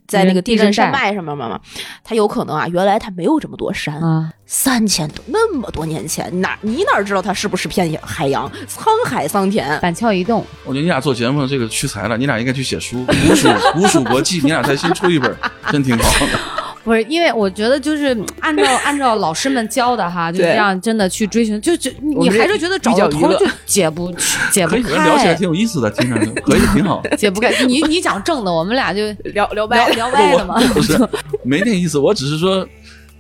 在嗯那个地地震震山带脉上面嘛嘛，它有可能啊，原来它没有这么多山，啊，三千多那么多年前，哪你哪知道它是不是片野海洋，沧海桑田？板桥移动，我觉得你俩做节目这个屈才了，你俩应该去写书《古蜀 古蜀国记》，你俩才新出一本，真挺好的。不是，因为我觉得就是嗯按照按照老师们教的哈，就是对这样，真的去追寻，就就你我你们还这是觉得比找较到娱头乐就解不解可不以，聊起来开，挺有意思的，听上去可以挺好。解不开。你你讲正的，我们俩就 聊聊聊歪了，聊歪 了嘛。 不是，没那意思，我只是说，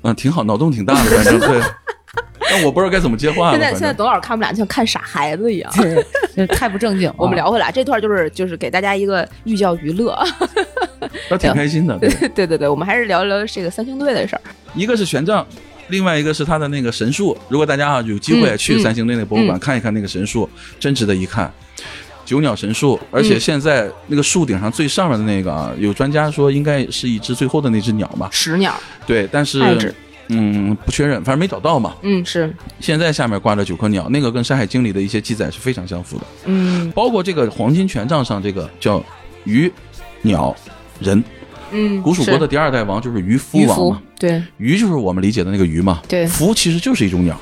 嗯，挺好，脑洞挺大的，反正对。但我不知道该怎么接话了。现在反现正在董老师看我们俩就像看傻孩子一 样。对，就太不正经了。我们聊回来，这段就是就是给大家一个寓教于乐。 倒挺开心的。对，对对对，我们还是聊聊这个三星堆的事儿。一个是权杖，另外一个是他的那个神树。如果大家啊有机会嗯去嗯三星堆那博物馆嗯看一看那个神树，真值得一看。九鸟神树，而嗯且现在那个树顶上最上面的那个啊，有专家说应该是一只最后的那只鸟嘛，石鸟，对，但爱之是嗯不确认，反正没找到嘛。嗯，是，现在下面挂着九颗鸟，那个跟《山海经》里的一些记载是非常相符的，嗯包括这个黄金权杖上这个叫鱼、鸟、人，嗯，古蜀国是的第二代王就是渔夫渔王夫嘛，，对，鱼就是我们理解的那个鱼嘛，对夫其实就是一种鸟，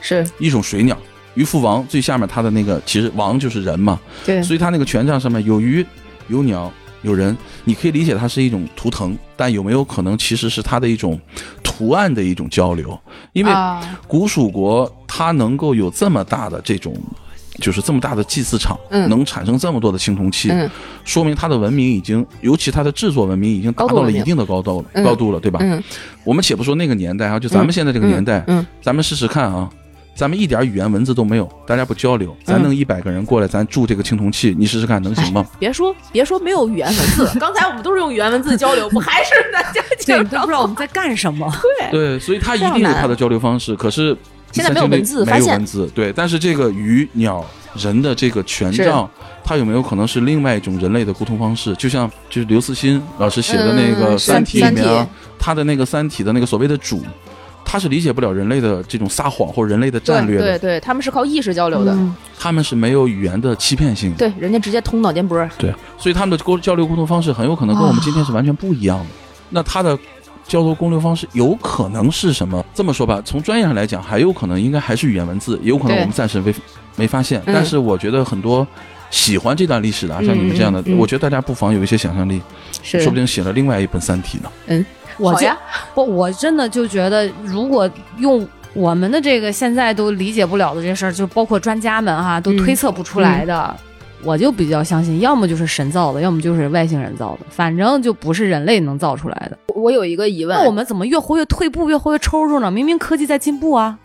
是，一种水鸟。渔夫王最下面他的那个其实王就是人嘛，对，所以它那个权杖上面有鱼、有鸟、有人，你可以理解它是一种图腾，但有没有可能其实是它的一种图案的一种交流？因为啊，古蜀国它能够有这么大的这种。就是这么大的祭祀场，嗯能产生这么多的青铜器，嗯说明它的文明已经，尤其它的制作文明已经达高度到了文明一定的高度了，嗯高度了，对吧？嗯我们且不说那个年代啊，就咱们现在这个年代，嗯，咱们试试看啊，咱们一点语言文字都没有，大家不交流，咱嗯弄一百个人过来，咱铸这个青铜器，你试试看能行吗？别说别说没有语言文字了，刚才我们都是用语言文字交流，不还是大 家对，讲你都不知道我们在干什么。对，所以它一非定常有难它的交流方式，可是现在没有文字没发有现文字，对，但是这个鱼鸟。人的这个权杖，它有没有可能是另外一种人类的沟通方式？就像就是刘慈欣老师写的那个嗯《三体》三里面三啊体，他的那个《三体》的那个所谓的主，他是理解不了人类的这种撒谎或者人类的战略对的。对对，他们是靠意识交流的，他们是没有语言的欺骗性的。对，人家直接通脑电波，对，所以他们的沟交流沟通方式很有可能跟我们今天是完全不一样的。那他的交流沟流方式有可能是什么？这么说吧，从专业上来讲，还有可能应该还是语言文字，也有可能对我们暂时没没发现。嗯但是我觉得很多喜欢这段历史的啊，像你们这样的，嗯嗯嗯我觉得大家不妨有一些想象力，是说不定写了另外一本《三体》呢。我好这呀，不，我真的就觉得，如果用我们的这个现在都理解不了的这事儿，就包括专家们哈、都嗯推测不出来的，我就比较相信，要么就是神造的，要么就是外星人造的，反正就不是人类能造出来的。我有一个疑问，那我们怎么越活越退步，越活越抽抽呢？明明科技在进步啊！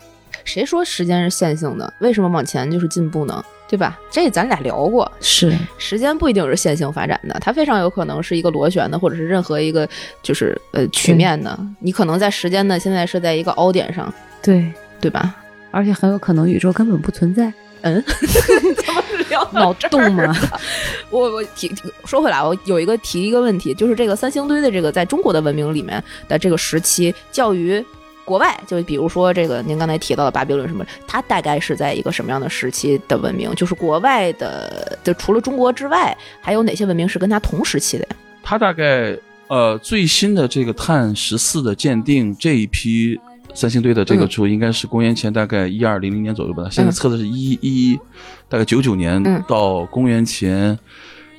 谁说时间是线性的？为什么往前就是进步呢？对吧？这咱俩聊过，是，时间不一定是线性发展的，它非常有可能是一个螺旋的，或者是任何一个就是呃曲面的。你可能在时间呢，现在是在一个凹点上，对，对吧？而且很有可能宇宙根本不存在，嗯，怎么聊到脑这儿洞嘛。 我我提说回来，我有一个提一个问题，就是这个三星堆的这个在中国的文明里面的这个时期，较于国外，就比如说这个您刚才提到的巴比伦什么，它大概是在一个什么样的时期的文明？就是国外的，就除了中国之外，还有哪些文明是跟它同时期的呀？他大概呃最新的这个碳十四的鉴定这一批三星堆的这个嗯柱，应该是公元前大概一二零零年左右吧。现在测的是一一，大概九九年嗯到公元前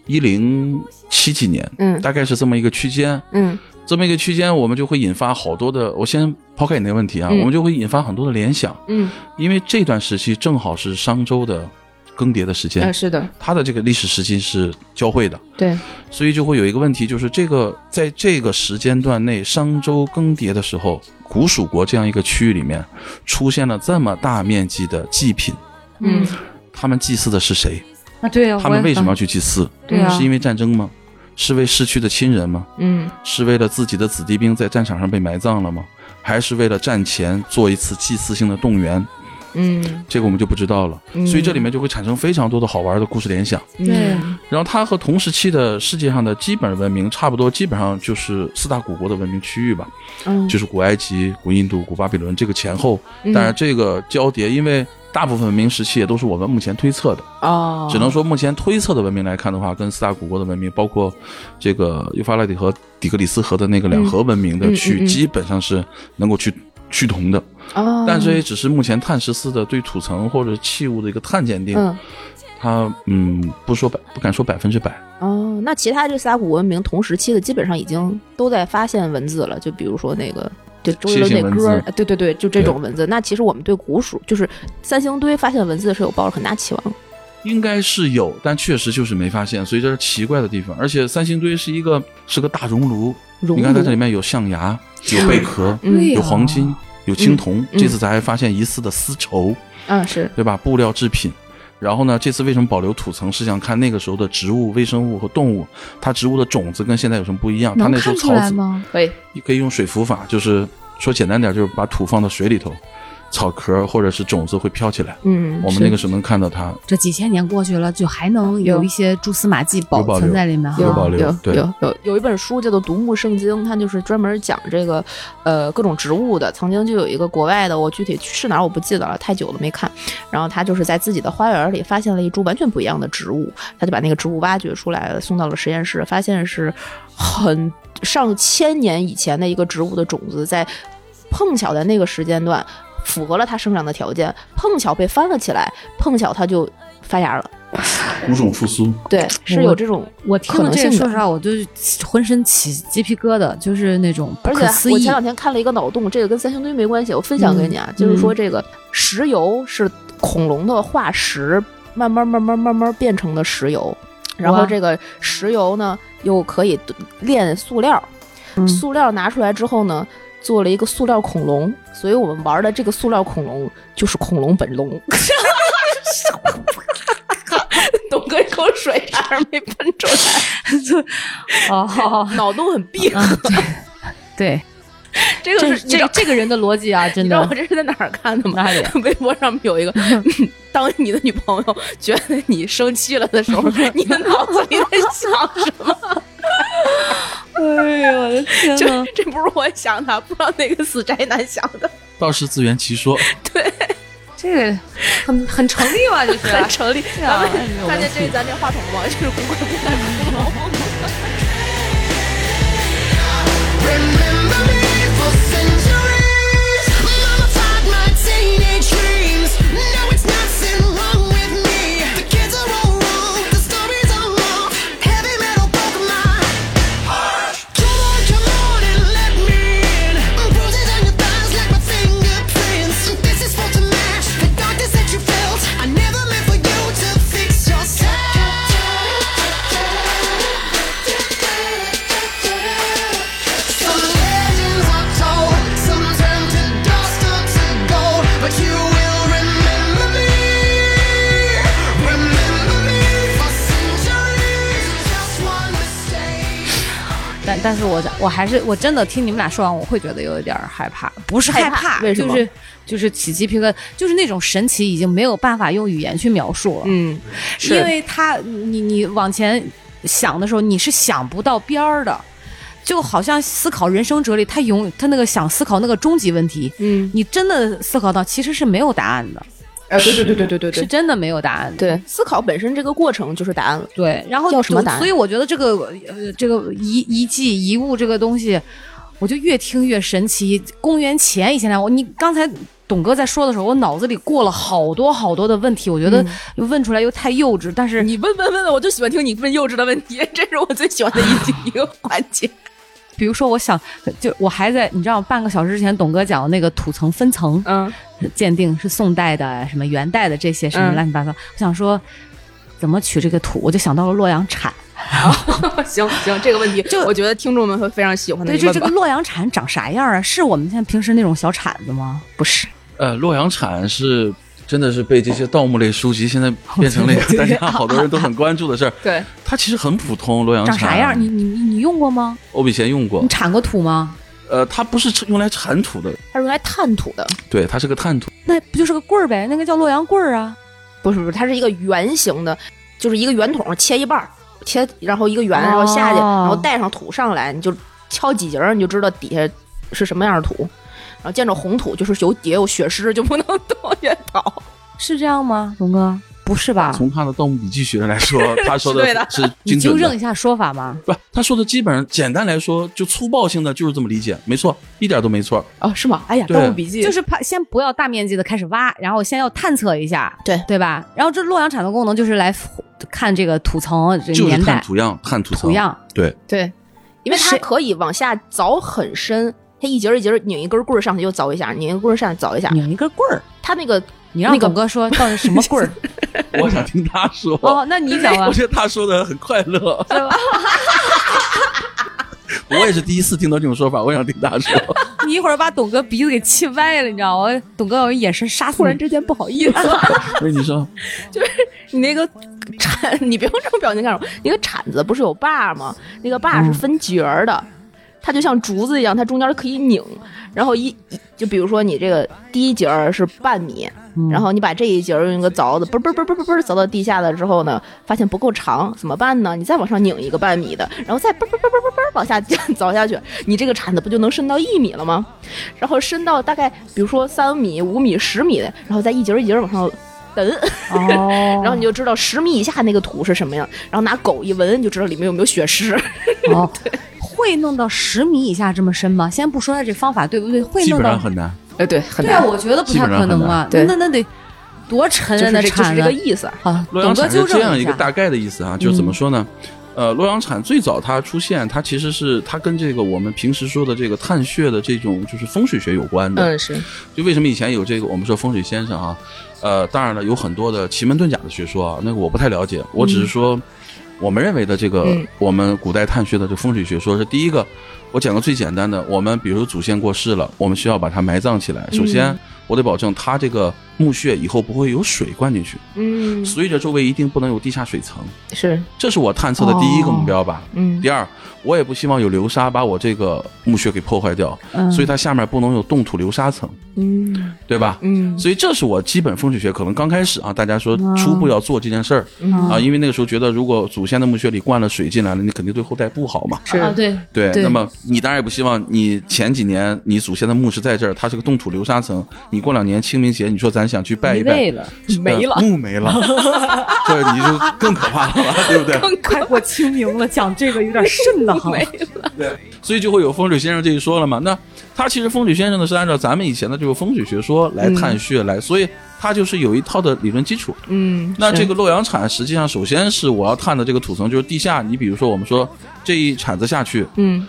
一零七几年，嗯大概是这么一个区间。嗯这么一个区间，我们就会引发好多的。我先抛开你那个问题啊，嗯我们就会引发很多的联想，嗯，因为这段时期正好是商周的更迭的时间，是的，它嗯的这个历史时期是交汇的。对，所以就会有一个问题，就是这个在这个时间段内，商周更迭的时候，古蜀国这样一个区域里面出现了这么大面积的祭品，嗯，他们祭祀的是谁？啊，对啊，他们为什么要去祭祀？对啊是因为战争吗？是为逝去的亲人吗？嗯是为了自己的子弟兵在战场上被埋葬了吗？还是为了战前做一次祭祀性的动员？嗯，这个我们就不知道了。嗯所以这里面就会产生非常多的好玩的故事联想。对啊然后它和同时期的世界上的基本文明差不多，基本上就是四大古国的文明区域吧，嗯，就是古埃及、古印度、古巴比伦这个前后。嗯当然，这个交叠，因为大部分文明时期也都是我们目前推测的，哦，只能说目前推测的文明来看的话，跟四大古国的文明，包括这个幼发拉底河、底格里斯河的那个两河文明的嗯区嗯嗯域，基本上是能够去趋同的。哦，但这也只是目前碳十四的对土层或者器物的一个碳鉴定，嗯。它嗯不说百不敢说百分之百。哦，那其他这仨古文明同时期的，基本上已经都在发现文字了。就比如说那个，就周杰伦楔形那文歌儿字，啊对对对，就这种文字。那其实我们对古蜀，就是三星堆发现文字是有抱着很大期望。应该是有，但确实就是没发现，所以这是奇怪的地方。而且三星堆是一个是个大熔炉，熔你看它这炉里面有象牙、有贝壳、嗯有黄金、有青铜，嗯这次咱还发现疑似的丝绸，嗯，是对吧？布料制品。然后呢，这次为什么保留土层？是想看那个时候的植物、微生物和动物，它植物的种子跟现在有什么不一样？它能那时看候出草来籽吗？可以。你可以用水浮法，就是说简单点，就是把土放到水里头，草壳或者是种子会飘起来，嗯，我们是那个时候能看到它这几千年过去了，就还能有一些蛛丝马迹保有保留存在里面哈。有有保留有对有有有一本书叫做《独木圣经》，它就是专门讲这个呃各种植物的。曾经就有一个国外的，我具体是哪儿我不记得了，太久了没看。然后他就是在自己的花园里发现了一株完全不一样的植物，他就把那个植物挖掘出来了，送到了实验室，发现是很上千年以前的一个植物的种子，在碰巧在那个时间段符合了它生长的条件，碰巧被翻了起来，碰巧它就发芽了。五种复苏。对，是有这种我听可了能这性的个，说实话，我就浑身起鸡皮疙瘩，就是那种不而可且思我议哦嗯前。两天看了一个脑洞，这个跟三星堆没关系，我分享给你啊，就是说这个石油是恐龙的化石，慢慢慢慢慢慢变成的石油，然后哇这个石油呢又可以炼塑料，嗯塑料拿出来之后呢。做了一个塑料恐龙，所以我们玩的这个塑料恐龙就是恐龙本龙。 董哥一口水差点没喷出来，哦，脑洞很闭合。对，这个啊这是你知道这这个人的逻辑啊，真 你知 道我的这是在哪儿看的吗？哪里 微博上面有 一个，当你的女朋友觉得你生气了的时 候，你的脑子里在想什么？ 哎呦，我的天这！这不是我想的，不知道哪个死宅男想的，倒是自圆其说，这个很很成立吧？这是很成立。咱啊们哎呦我看见的这咱这话筒了吗？ 这是古怪古怪嗯古怪古怪。 Remember me for centuries. Mummified my teenage dreams. No, it's nothing wrong with me. The kids are all wrong. The stories are wrong. Heavy metal broke my heart. Come on, come on and let me in. Bruises on your thighs like my fingerprints. This is supposed to match the darkness that you felt. I never meant for you to fix yourself. Some legends are told, some turn to dust or to gold, but you will remember me, remember me for centuries. Just one mistake. 但但是我我还是我真的听你们俩说完，我会觉得有一点儿害怕，不是害害怕为什么就是就是起鸡皮疙瘩，就是那种神奇已经没有办法用语言去描述了，嗯，是因为它你你往前想的时候，你是想不到边儿的，就好像思考人生哲理，他永他那个想思考那个终极问题，嗯，你真的思考到其实是没有答案的，啊，对对对对对对是。真的没有答案的。对，思考本身这个过程就是答案了。对，然后要什么就答案所以我觉得这个呃这个遗遗迹遗物这个东西，我就越听越神奇。公元前以前来，我你刚才董哥在说的时候，我脑子里过了好多好多的问题，我觉得问出来又太幼稚，但是嗯你问问问问，我就喜欢听你问幼稚的问题，这是我最喜欢的一一个环节。比如说，我想就我还在你知道半个小时之前，董哥讲的那个土层分层嗯，鉴定是宋代的、什么元代的这些什么嗯乱七八糟，我想说怎么取这个土，我就想到了洛阳铲。 行行，这个问题就我觉得听众们会非常喜欢的。对，你这问这个吧洛阳铲长啥样啊？是我们现在平时那种小铲子吗？不是，呃，洛阳铲是真的是被这些盗墓类书籍现在变成了一 个大家好多人都很关注的事儿。对，它其实很普通，洛阳长铲啥样？你你你你用过吗？啊我以前用过你，铲过土吗？呃，它不是用来铲土的，它是用来探土的。对，它是个探土。那不就是个棍儿呗？那个叫洛阳棍儿啊。不是不是，它是一个圆形的，就是一个圆筒切一半儿，切然后一个圆，哦然后下去，然后带上土上来，你就敲几节儿，你就知道底下是什么样的土。然后见着红土就是有也有血尸，就不能 动也倒。是这样吗，龙哥？不是吧？从他的《盗墓笔记》学 来说，他说是对的是你精纠准正的一。下说法嘛。不，他说的基本上简单来说，就粗暴性的就是这么理解，没错，一点都没错。哦，是吗？哎呀，《对盗墓笔记》就是怕先不要大面积的开始挖，然后先要探测一下，对对吧？然后这洛阳铲的功能就是来看这个土层、这就是年看代、土样，看土土层，样。 对，对，因为它谁可以往下凿很深，它一节儿一节儿拧一根棍儿上去又凿一下，拧一根棍儿上去凿一下。拧一根棍儿，它那个你让那个董哥说到底什么 棍儿？我想听他说。哦，那你 讲吧 我。觉得他说的很快乐。 我也是第一次听到这种说法，我想听他 说。你一会儿把董哥鼻子给气歪了，你知道吗？董哥我一眼神杀死你。突然之间不好意思了。所以你说，你那个 铲，你不用这种表情干什么？那个铲子不是有把儿吗？那个把儿是分节儿的，它就像竹子一样，它中间可以拧。然后一就比如说你这个第一节儿是半米，然后你把这一节儿用一个凿子嘣嘣嘣嘣嘣嘣凿到地下了之后呢，发现不够长，怎么办呢？你再往上拧一个半米的，然后再嘣嘣嘣嘣嘣嘣往下 凿下去，你这个铲子不就能伸到一米了吗？然后伸到大概比如说三米、五米、十米的，然后再一节儿一节儿往上蹬。哦，然后你就知道十米以下那个土是什么样，然后拿狗一闻就知道里面有没有血尸。哦，会弄到十米以下这么深吗？先不说它这方法对不对，会基弄本到上很难。 哎，对，很对啊，我觉得不基太本上可很能难啊，对那那得多沉就是啊，那这就是铲这子个意思啊。好，洛阳董哥铲是纠这样正一个下，大概的意思啊，就是怎么说呢？呃，洛阳铲最早它出现，它其实是它跟这个我们平时说的这个探穴的这种就是风水学有关的。嗯，是就为什么以前有这个我们说风水先生啊，呃，当然了，有很多的奇门遁甲的学说啊，那个我不太了解，我只是说我们认为的这个、嗯我们古代探穴的这风水学说是第一个。我讲个最简单的，我们比如祖先过世了，我们需要把它埋葬起来。嗯首先，我得保证它这个墓穴以后不会有水灌进去，嗯随着周围一定不能有地下水层，是这是我探测的第一个目标吧。嗯第二，我也不希望有流沙把我这个墓穴给破坏掉，嗯所以它下面不能有冻土流沙层，嗯对吧？嗯所以这是我基本风水学可能刚开始啊，大家说初步要做这件事儿、嗯啊，因为那个时候觉得如果祖先的墓穴里灌了水进来了，你肯定对后代不好嘛。是啊对，对，对那么你当然也不希望你前几年你祖先的墓是在这儿，它是个冻土流沙层，你过两年清明节你说咱想去拜一拜，了，没了呃墓 没了，这你就更可怕了吧，对不对？快过清明了，讲这个有点瘆得 慌。所以就会有风水先生这一说了嘛。那他其实风水先生呢是按照咱们以前的这个风水学说来探穴来，所以他就是有一套的理论基础。嗯那这个洛阳铲实际上首先是我要探的这个土层就是地下，你比如说我们说这一铲子下去嗯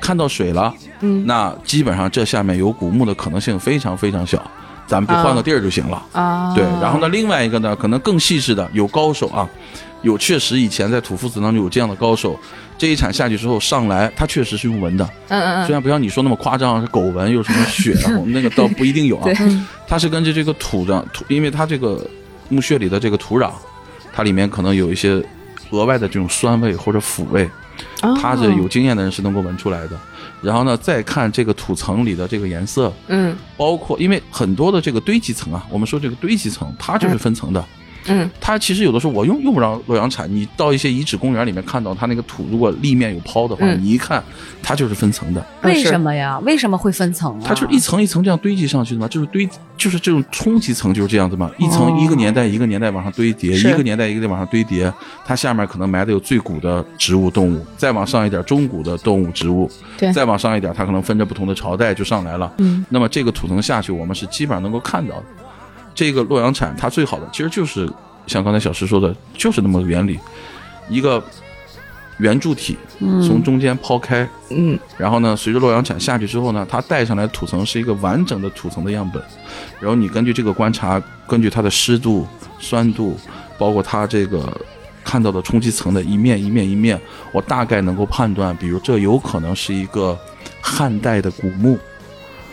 看到水了，嗯那基本上这下面有古墓的可能性非常非常小，咱们就换个地儿就行了。啊对，然后呢，另外一个呢，可能更细致的有高手啊，有确实以前在土夫子当中有这样的高手，这一铲下去之后上来，他确实是用闻的，嗯嗯虽然不像你说那么夸张，是狗闻又是什么血 啊，我们那个倒不一定有啊对。它是根据这个土壤土，因为它这个墓穴里的这个土壤，它里面可能有一些额外的这种酸味或者腐味，嗯，它是有经验的人是能够闻出来的。然后呢，再看这个土层里的这个颜色，嗯包括因为很多的这个堆积层啊，我们说这个堆积层，它就是分层的。嗯它其实有的时候我用用不着洛阳铲，你到一些遗址公园里面看到它那个土，如果立面有抛的话，嗯你一看它就是分层的。为什么呀？为什么会分层啊？它就是一层一层这样堆积上去的嘛，就是堆，就是这种冲击层就是这样子嘛，一层一个年代一个年代往上堆叠，哦是一个年代一个年代往上堆叠，它下面可能埋的有最古的植物动物，再往上一点中古的动物植物，对再往上一点它可能分着不同的朝代就上来了。嗯，那么这个土层下去，我们是基本上能够看到的。这个洛阳铲它最好的其实就是像刚才小石说的，就是那么个原理，一个圆柱体从中间抛开。嗯然后呢，随着洛阳铲下去之后呢，它带上来的土层是一个完整的土层的样本，然后你根据这个观察，根据它的湿度、酸度，包括它这个看到的冲击层的一面一面一面，我大概能够判断，比如这有可能是一个汉代的古墓，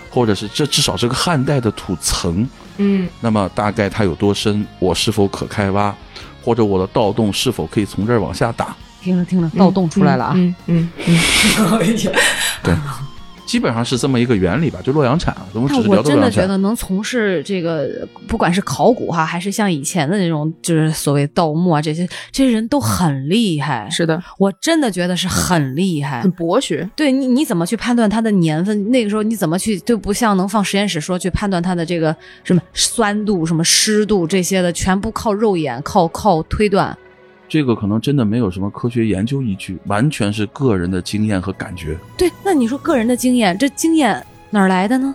或者是这至少是个汉代的土层，嗯那么大概它有多深，我是否可开挖，或者我的盗洞是否可以从这儿往下打，听着听着，盗洞出来了啊！嗯嗯嗯，基本上是这么一个原理吧，就洛阳铲，咱们只但是哎我聊到真洛的阳觉铲。得能从事这个，不管是考古哈，还是像以前的那种，就是所谓盗墓啊，这些这些人都很厉害。是的，我真的觉得是很厉害很。博学。对你，你怎么去判断它的年份？那个时候你怎么去？就不像能放实验室说去判断它的这个什么酸度、什么湿度这些的，全部靠肉眼、靠靠推断。这个可能真的没有什么科学研究依据，完全是个人的经验和感觉。对，那你说个人的经验，这经验哪儿来的呢？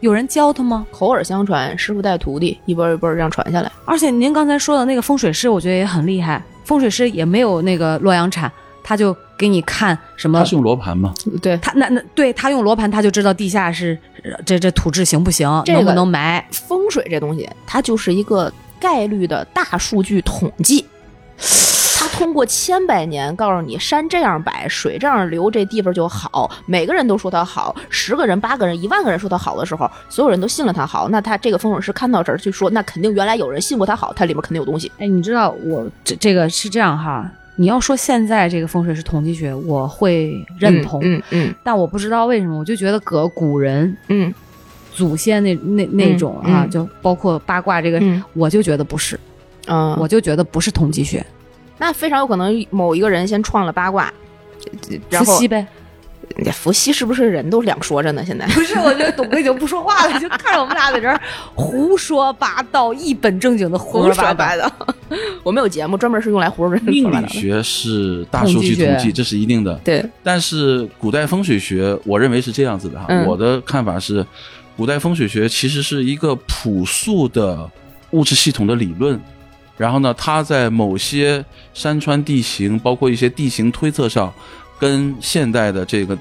有人教他吗？口耳相传，师傅带徒弟，一波一波这样传下来。而且您刚才说的那个风水师，我觉得也很厉害。风水师也没有那个洛阳铲，他就给你看什么它是，用罗盘吗？对，他那那对他用罗盘，他就知道地下是呃这这土质行不行，这个能不能埋。风水这东西，它就是一个概率的大数据统计。它通过千百年告诉你，山这样摆，水这样流，这地方就好。每个人都说它好，十个人、八个人、一万个人说它好的时候，所有人都信了它好。那他这个风水师看到这儿就说，那肯定原来有人信过它好，它里面肯定有东西。哎，你知道我这这个是这样哈，你要说现在这个风水是统计学，我会认同，嗯嗯但我不知道为什么，我就觉得搁古人嗯祖先那那那种啊，嗯就包括八卦这个，嗯我就觉得不是，嗯啊，我就觉得不是统计学，那非常有可能某一个人先创了八卦，然伏后羲呗。伏呃羲是不是人都两说着呢？现在不是，我觉得董哥已经不说话了，就看着我们俩在这儿胡说八道，一本正经的胡胡说说八八道。道， 我们有节目专门是用来胡说 命八理道的。学是大数据统统计计，学这是一定的。对，但是古代风水学，我认为是这样子的哈。嗯我的看法是，古代风水学其实是一个朴素的物质系统的理论。然后呢，它在某些山川地形，包括一些地形推测上，跟现代的这个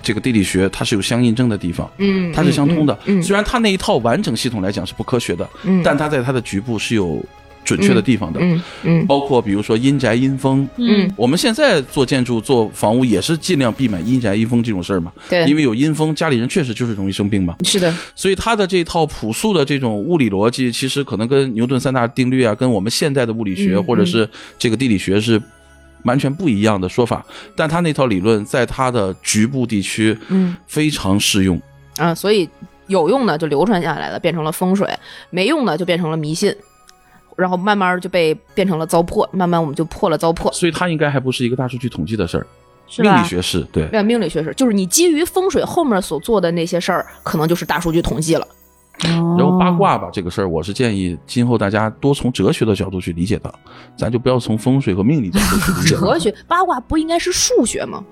这个地理学，它是有相印证的地方，嗯，它是相通的。嗯嗯嗯虽然它那一套完整系统来讲是不科学的，嗯但它在它的局部是有准确的地方的，嗯嗯包括比如说阴宅阴风，嗯，我们现在做建筑、做房屋也是尽量避免阴宅阴风这种事儿嘛，对，因为有阴风，家里人确实就是容易生病嘛。是的，所以他的这套朴素的这种物理逻辑，其实可能跟牛顿三大定律啊，跟我们现代的物理学、嗯或者是这个地理学是完全不一样的说法。但他那套理论在他的局部地区，嗯非常适用。啊，所以有用的就流传下来了，变成了风水；没用的就变成了迷信，然后慢慢就被变成了糟粕，慢慢我们就破了糟粕。所以他应该还不是一个大数据统计的事儿，是命理吧？学是对。那命理学是，就是你基于风水后面所做的那些事儿，可能就是大数据统计了。然然后八卦吧，这个事儿，我是建议今后大家多从哲学的角度去理解它，咱就不要从风水和命理角度去理 解它。哲学八卦不应该是数学吗？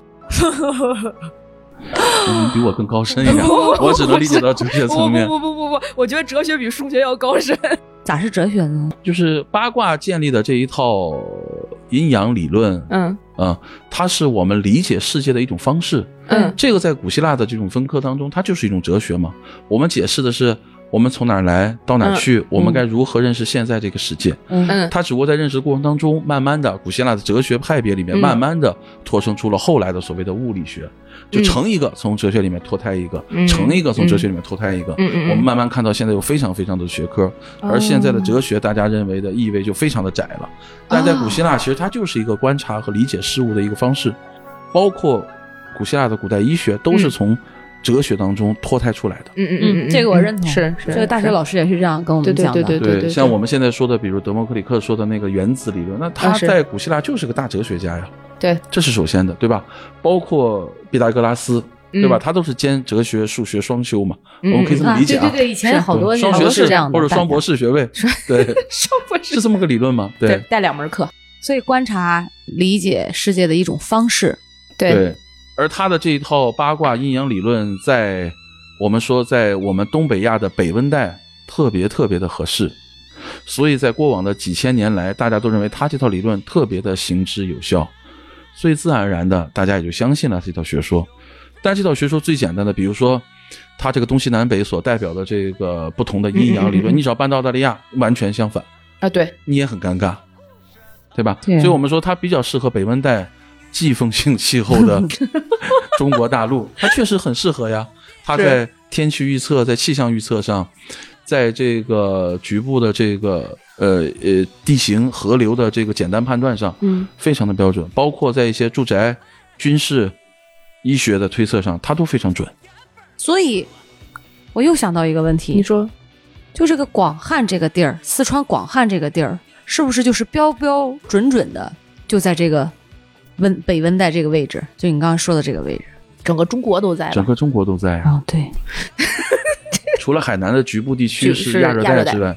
你比我更高深一 点，我只能理解到哲学层面。哦不不不，我觉得哲学比数学要高深。咋是哲学呢？就是八卦建立的这一套阴阳理论，嗯嗯，它是我们理解世界的一种方式。嗯这个在古希腊的这种分科当中，它就是一种哲学嘛。我们解释的是我们从哪儿来到哪儿去，我们该如何认识现在这个世界。嗯，嗯它只不过在认识过程当中，慢慢的，古希腊的哲学派别里面，嗯慢慢的脱生出了后来的所谓的物理学，就嗯成一个从哲学里面脱胎一个，嗯成一个从哲学里面脱胎一个。嗯嗯嗯哦我们慢慢看到现在有非常非常多的学科，而现在的哲学大家认为的意味就非常的窄了。啊但在古希腊，其实它就是一个观察和理解事物的一个方式，包括古希腊的古代医学都嗯是从哲学当中脱胎出来的。嗯嗯嗯，嗯这个我认同是是，这个大学是老师也是这样跟我对们对讲的。对对对，像我们现在说的，比如德谟克里克说的那个原子理论，那他啊是在古希腊就是个大哲学家呀。对，这是首先的，对吧？包括毕达哥拉斯，对吧？他都是兼哲学、数学双修嘛，嗯我们可以这么理解啊。对，以是好多对双好学多士这样的，或者双博。士学位，对，上不是这么个理论吗？对对带两门课，所以观察理解世界的一种方式，对，而他的这一套八卦阴阳理论，在我们说在我们东北亚的北温带特别特别的合适，所以在过往的几千年来，大家都认为他这套理论特别的行之有效，所以自然而然的大家也就相信了这套学说。但这套学说最简单的，比如说。它这个东西南北所代表的这个不同的阴阳理嗯嗯论，嗯嗯你只要搬到澳大利亚，完全相反。啊对，你也很尴尬，对吧？对所以我们说它比较适合北温带季风性气候 的中国大陆，它确实很适合呀。它在天气预测、在气象预测上，在这个局部的这个呃呃地形、河流的这个简单判断上，嗯，非常的标准，包括在一些住宅、军事、医学的推测上，它都非常准。所以我又想到一个问你题，说就这个广汉这个地儿，四川广汉这个地儿，是不是就是标标准准的就在这个温北温带这个位置？就你刚刚说的这个位置整个中国都在整吧？个中国都在啊，啊、对，除了海南的局部地区就是是亚热亚热带之外，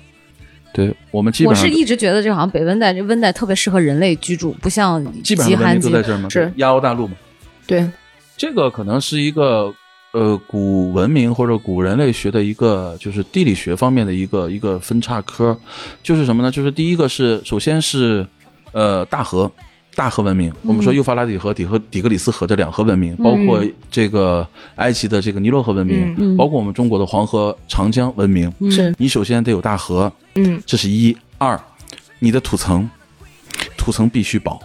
对我们基我本上是一直觉得这好像北温带这温带特别适合人类居住，不像极基本上的文寒明都极在这儿嘛，是亚欧大陆嘛。对，这个可能是一个呃古文明或者古人类学的一个就是地理学方面的一个一个分叉科，就是什么呢？就是第一个是首先是呃大河。大河文明，我嗯们说幼发拉底河、底河底格里斯河这两河文明，包括这个埃及的这个尼罗河文明，嗯包括我们中国的黄河、长江文明。嗯是你首先得有大河，嗯，这是一；二，你的土层，土层必须薄。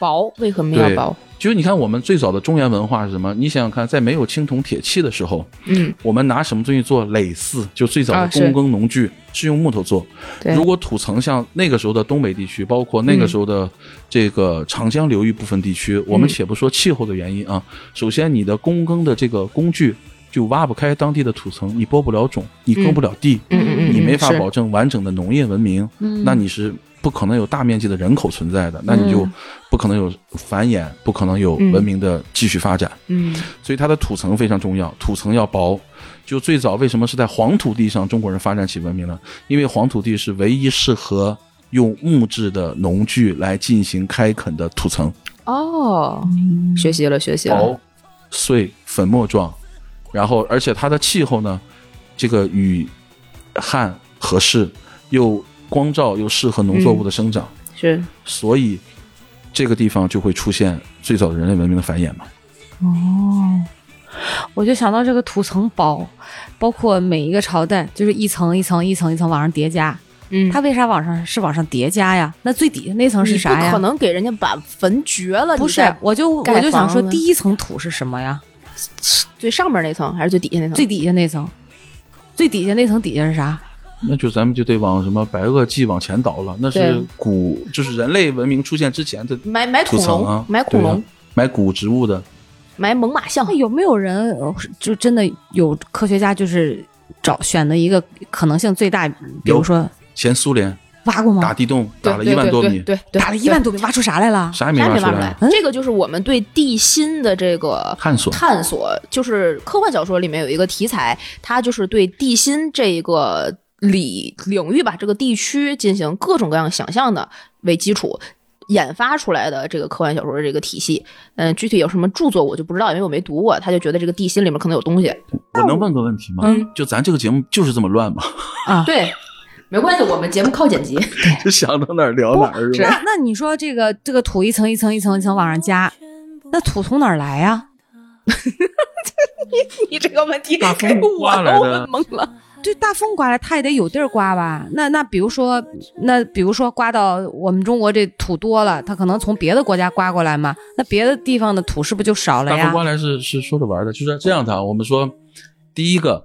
薄为什么对要薄？就是你看我们最早的中原文化是什么？你想想看，在没有青铜铁器的时候，嗯，我们拿什么东西做耒耜？就最早啊的是躬耕农具、是用木头做。对如果土层像那个时候的东北地区，包括那个时候的这个长江流域部分地区，我们且不说气候的原因啊，首先你的躬耕的这个工具就挖不开当地的土层，你播不了种，你耕不了地，嗯嗯嗯嗯你没法是嗯保证完整的农业文明，那你是。不可能有大面积的人口存在的，那你就不可能有繁衍，不可能有嗯文明的继续发展。嗯所以它的土层非常重要，土层要薄。就最早为什么是在黄土地上中国人发展起文明了？因为黄土地是唯一适合用木质的农具来进行开垦的土层，哦，学习了学习了，薄、碎、粉末状，然后而且它的气候呢，这个与旱合适，又光照又适合农作物的生长，是所以这个地方就会出现最早的人类文明的繁衍嘛。我就想到这个土层薄，包括每一个朝代就是一层一层一层一层往上叠加，嗯它为啥往上是往上叠加呀？那最底下那层是啥你呀？不可能给人家把坟掘了，不你是再，我就盖我就想说，房子第一层土是什么呀？最上面那层还是最底下那层？最底下那层，最底下那层底下是啥？那就咱们就得往什么白垩纪往前倒了，那是对古，就是人类文明出现之前的埋埋土恐层啊龙，，埋恐对啊龙，埋古植物的，埋猛犸象那，有没有人呃就真的有科学家就是找选的一个可能性最大，比有如说前苏联挖过打吗？地洞嗯对打了一万多米，对对对，打了一万多米，挖出啥来了？啥也啥也挖没出挖出来来，。这个就是我们对地心的这个探索探索，就是科幻小说里面有一个题材，它就是对地心这一个领领域吧，这个地区进行各种各样想象的为基础。研发出来的这个科幻小说的这个体系，嗯，具体有什么著作我就不知道，因为我没读过。他就觉得这个地心里面可能有东西。我能问个问题吗？嗯就咱这个节目就是这么乱嘛，对，没关系，我们节目靠剪辑。就 想到哪儿聊哪儿是吧？那那你说这个这个土一层一层一层一层往上加，那土从哪儿来呀、 你这个问题大给风我刮来都问的，懵了。对，大风刮来，它也得有地儿刮吧？那那比如说，那比如说刮到我们中国这土多了，它可能从别的国家刮过来嘛，那别的地方的土是不是就少了大呀风？刮来是是说着玩的，就是这样的啊。我们说，第一个，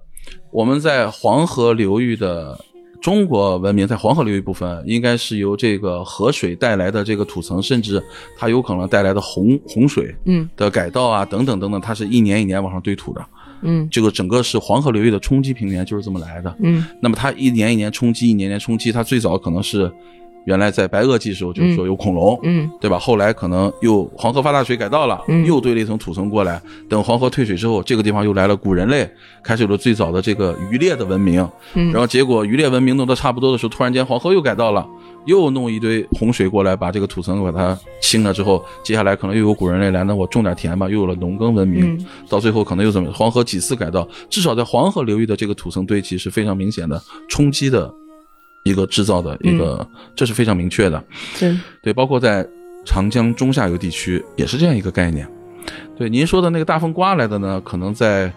我们在黄河流域的中国文明，在黄河流域部分，应该是由这个河水带来的这个土层，甚至它有可能带来的洪洪水，嗯的改道啊，等等等等，它是一年一年往上堆土的。嗯这个整个是黄河流域的冲积平原就是这么来的。嗯那么它一年一年冲积，一年一年冲积，它最早可能是原来在白垩纪时候就是说有恐龙，嗯对吧？后来可能又黄河发大水改道了，嗯又堆了一层土层过来。等黄河退水之后，这个地方又来了古人类，开始有了最早的这个渔猎的文明。嗯然后结果渔猎文明弄得差不多的时候，突然间黄河又改道了，又弄一堆洪水过来，把这个土层把它清了之后，接下来可能又有古人类来，那我种点田吧，又有了农耕文明。嗯到最后可能又怎么？黄河几次改道，至少在黄河流域的这个土层堆积是非常明显的冲击的一个制造的一个，嗯这是非常明确的。对对，包括在长江中下游地区也是这样一个概念。对，您说的那个大风刮来的呢，可能在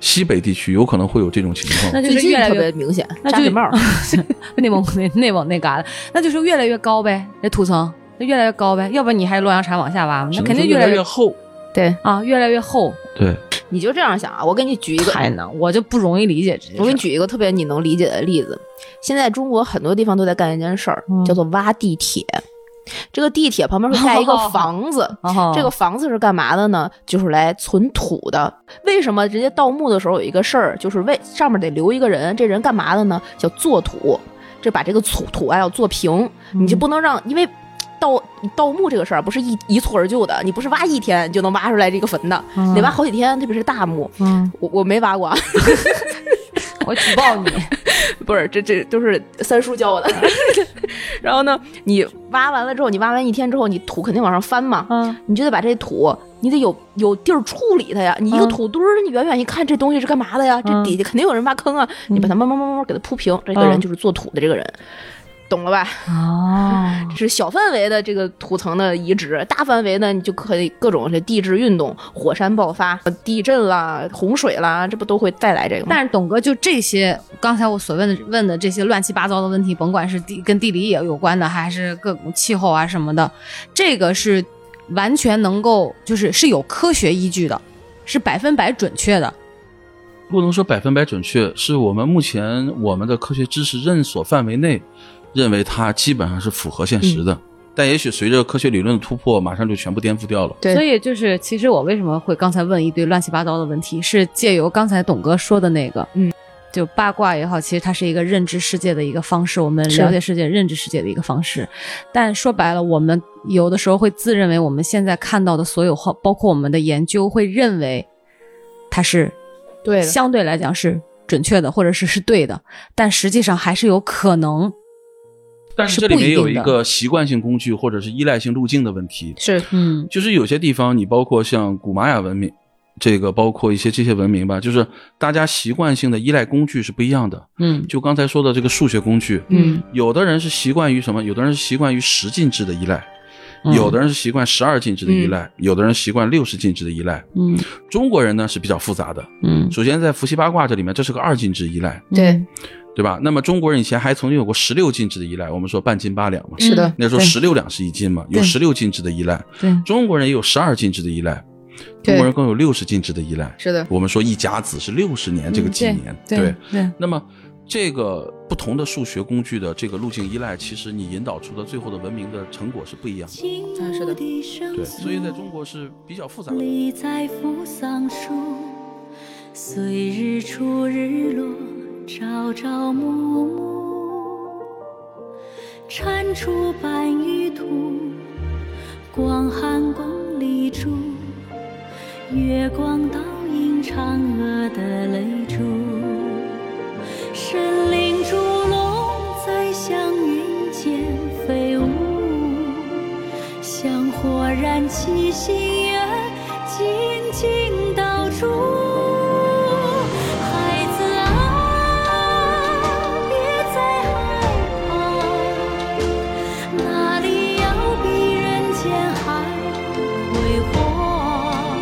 西北地区有可能会有这种情况。那就最是近越来特越别明显，那扎就里帽儿。 内蒙那内蒙那旮沓，那就是越来越高呗，那土层那越来越高呗，要不然你还洛阳铲往下挖吗？只那能肯定说越来越厚。 对，啊，越来越厚。对，你就这样想啊，我给你举一个，太难，我就不容易理解这件事。我给你举一个特别你能理解的例子。现在中国很多地方都在干一件事儿，嗯叫做挖地铁。这个地铁旁边会盖一个房子。 哦，这个房子是干嘛的呢？就是来存土的。为什么人家盗墓的时候有一个事儿，就是为上面得留一个人，这人干嘛的呢？叫做土，这把这个土土啊要做平，嗯你就不能让，因为盗盗墓这个事儿不是一一蹴而就的，你不是挖一天就能挖出来这个坟的，嗯得挖好几天，特别是大墓。嗯，我我没挖过，啊， 我举报你。不是，这这都是三叔教我 的。然后呢，你挖完了之后，你挖完一天之后，你土肯定往上翻嘛，嗯，你就得把这土，你得有有地儿处理它呀。你一个嗯土堆儿，你远远一看这东西是干嘛的呀？这嗯底下肯定有人挖坑啊，你把它慢慢慢慢慢给它铺平。这个嗯人就是做土的这个人，懂了吧？哦，是小范围的这个土层的移植，大范围呢，你就可以各种这地质运动、火山爆发、地震啦、洪水啦，这不都会带来这个吗？但是董哥就这些，刚才我所问的问的这些乱七八糟的问题，甭管是地跟地理也有关的，还是各种气候啊什么的，这个是完全能够就是是有科学依据的，是百分百准确的。不能说百分百准确，是我们目前我们的科学知识认所范围内，认为它基本上是符合现嗯实的。但也许随着科学理论的突破，马上就全部颠覆掉了。对所以就是，其实我为什么会刚才问一堆乱七八糟的问题，是借由刚才董哥说的那个，嗯，就八卦也好，其实它是一个认知世界的一个方式，我们是啊了解世界、认知世界的一个方式。但说白了，我们有的时候会自认为我们现在看到的所有，包括我们的研究，会认为它是对的，相对来讲是准确的，或者是是对的，但实际上还是有可能。但是是这里不一面有定一的个习惯性工具或者是依赖性路径的问题，是嗯，就是有些地方你包括像古玛雅文明，这个包括一些这些文明吧，就是大家习惯性的依赖工具是不一样的。嗯就刚才说的这个数学工具，嗯，有的人是习惯于什么？有的人是习惯于十进制的依赖，嗯有的人是习惯十二进制的依赖，有的人习惯六十进制的依赖。嗯中国人呢是比较复杂的，嗯，首先在伏羲八卦这里面，这是个二进制依赖，对，对吧？那么中国人以前还曾经有过十六进制的依赖，我们说半斤八两嘛，是的，那时候对十六两是一斤嘛，有对十六进制的依赖。对，中国人也有十二进制的依赖，中对国人更有六十进制的依赖。是的，我们说一甲子是六十年这个纪年，对对，那么这个不同的数学工具的这个路径依赖，其实你引导出的最后的文明的成果是不一样的。啊是的对，所以在中国是比较复杂的。里栽扶桑树，随日出日落，朝朝暮暮。蟾蜍伴玉兔，广寒宫里住。月光倒映嫦娥的泪珠，神灵逐龙在祥云间飞舞。香火燃起心愿，静静道出。孩子啊，别再害怕，哪里要比人间还辉煌？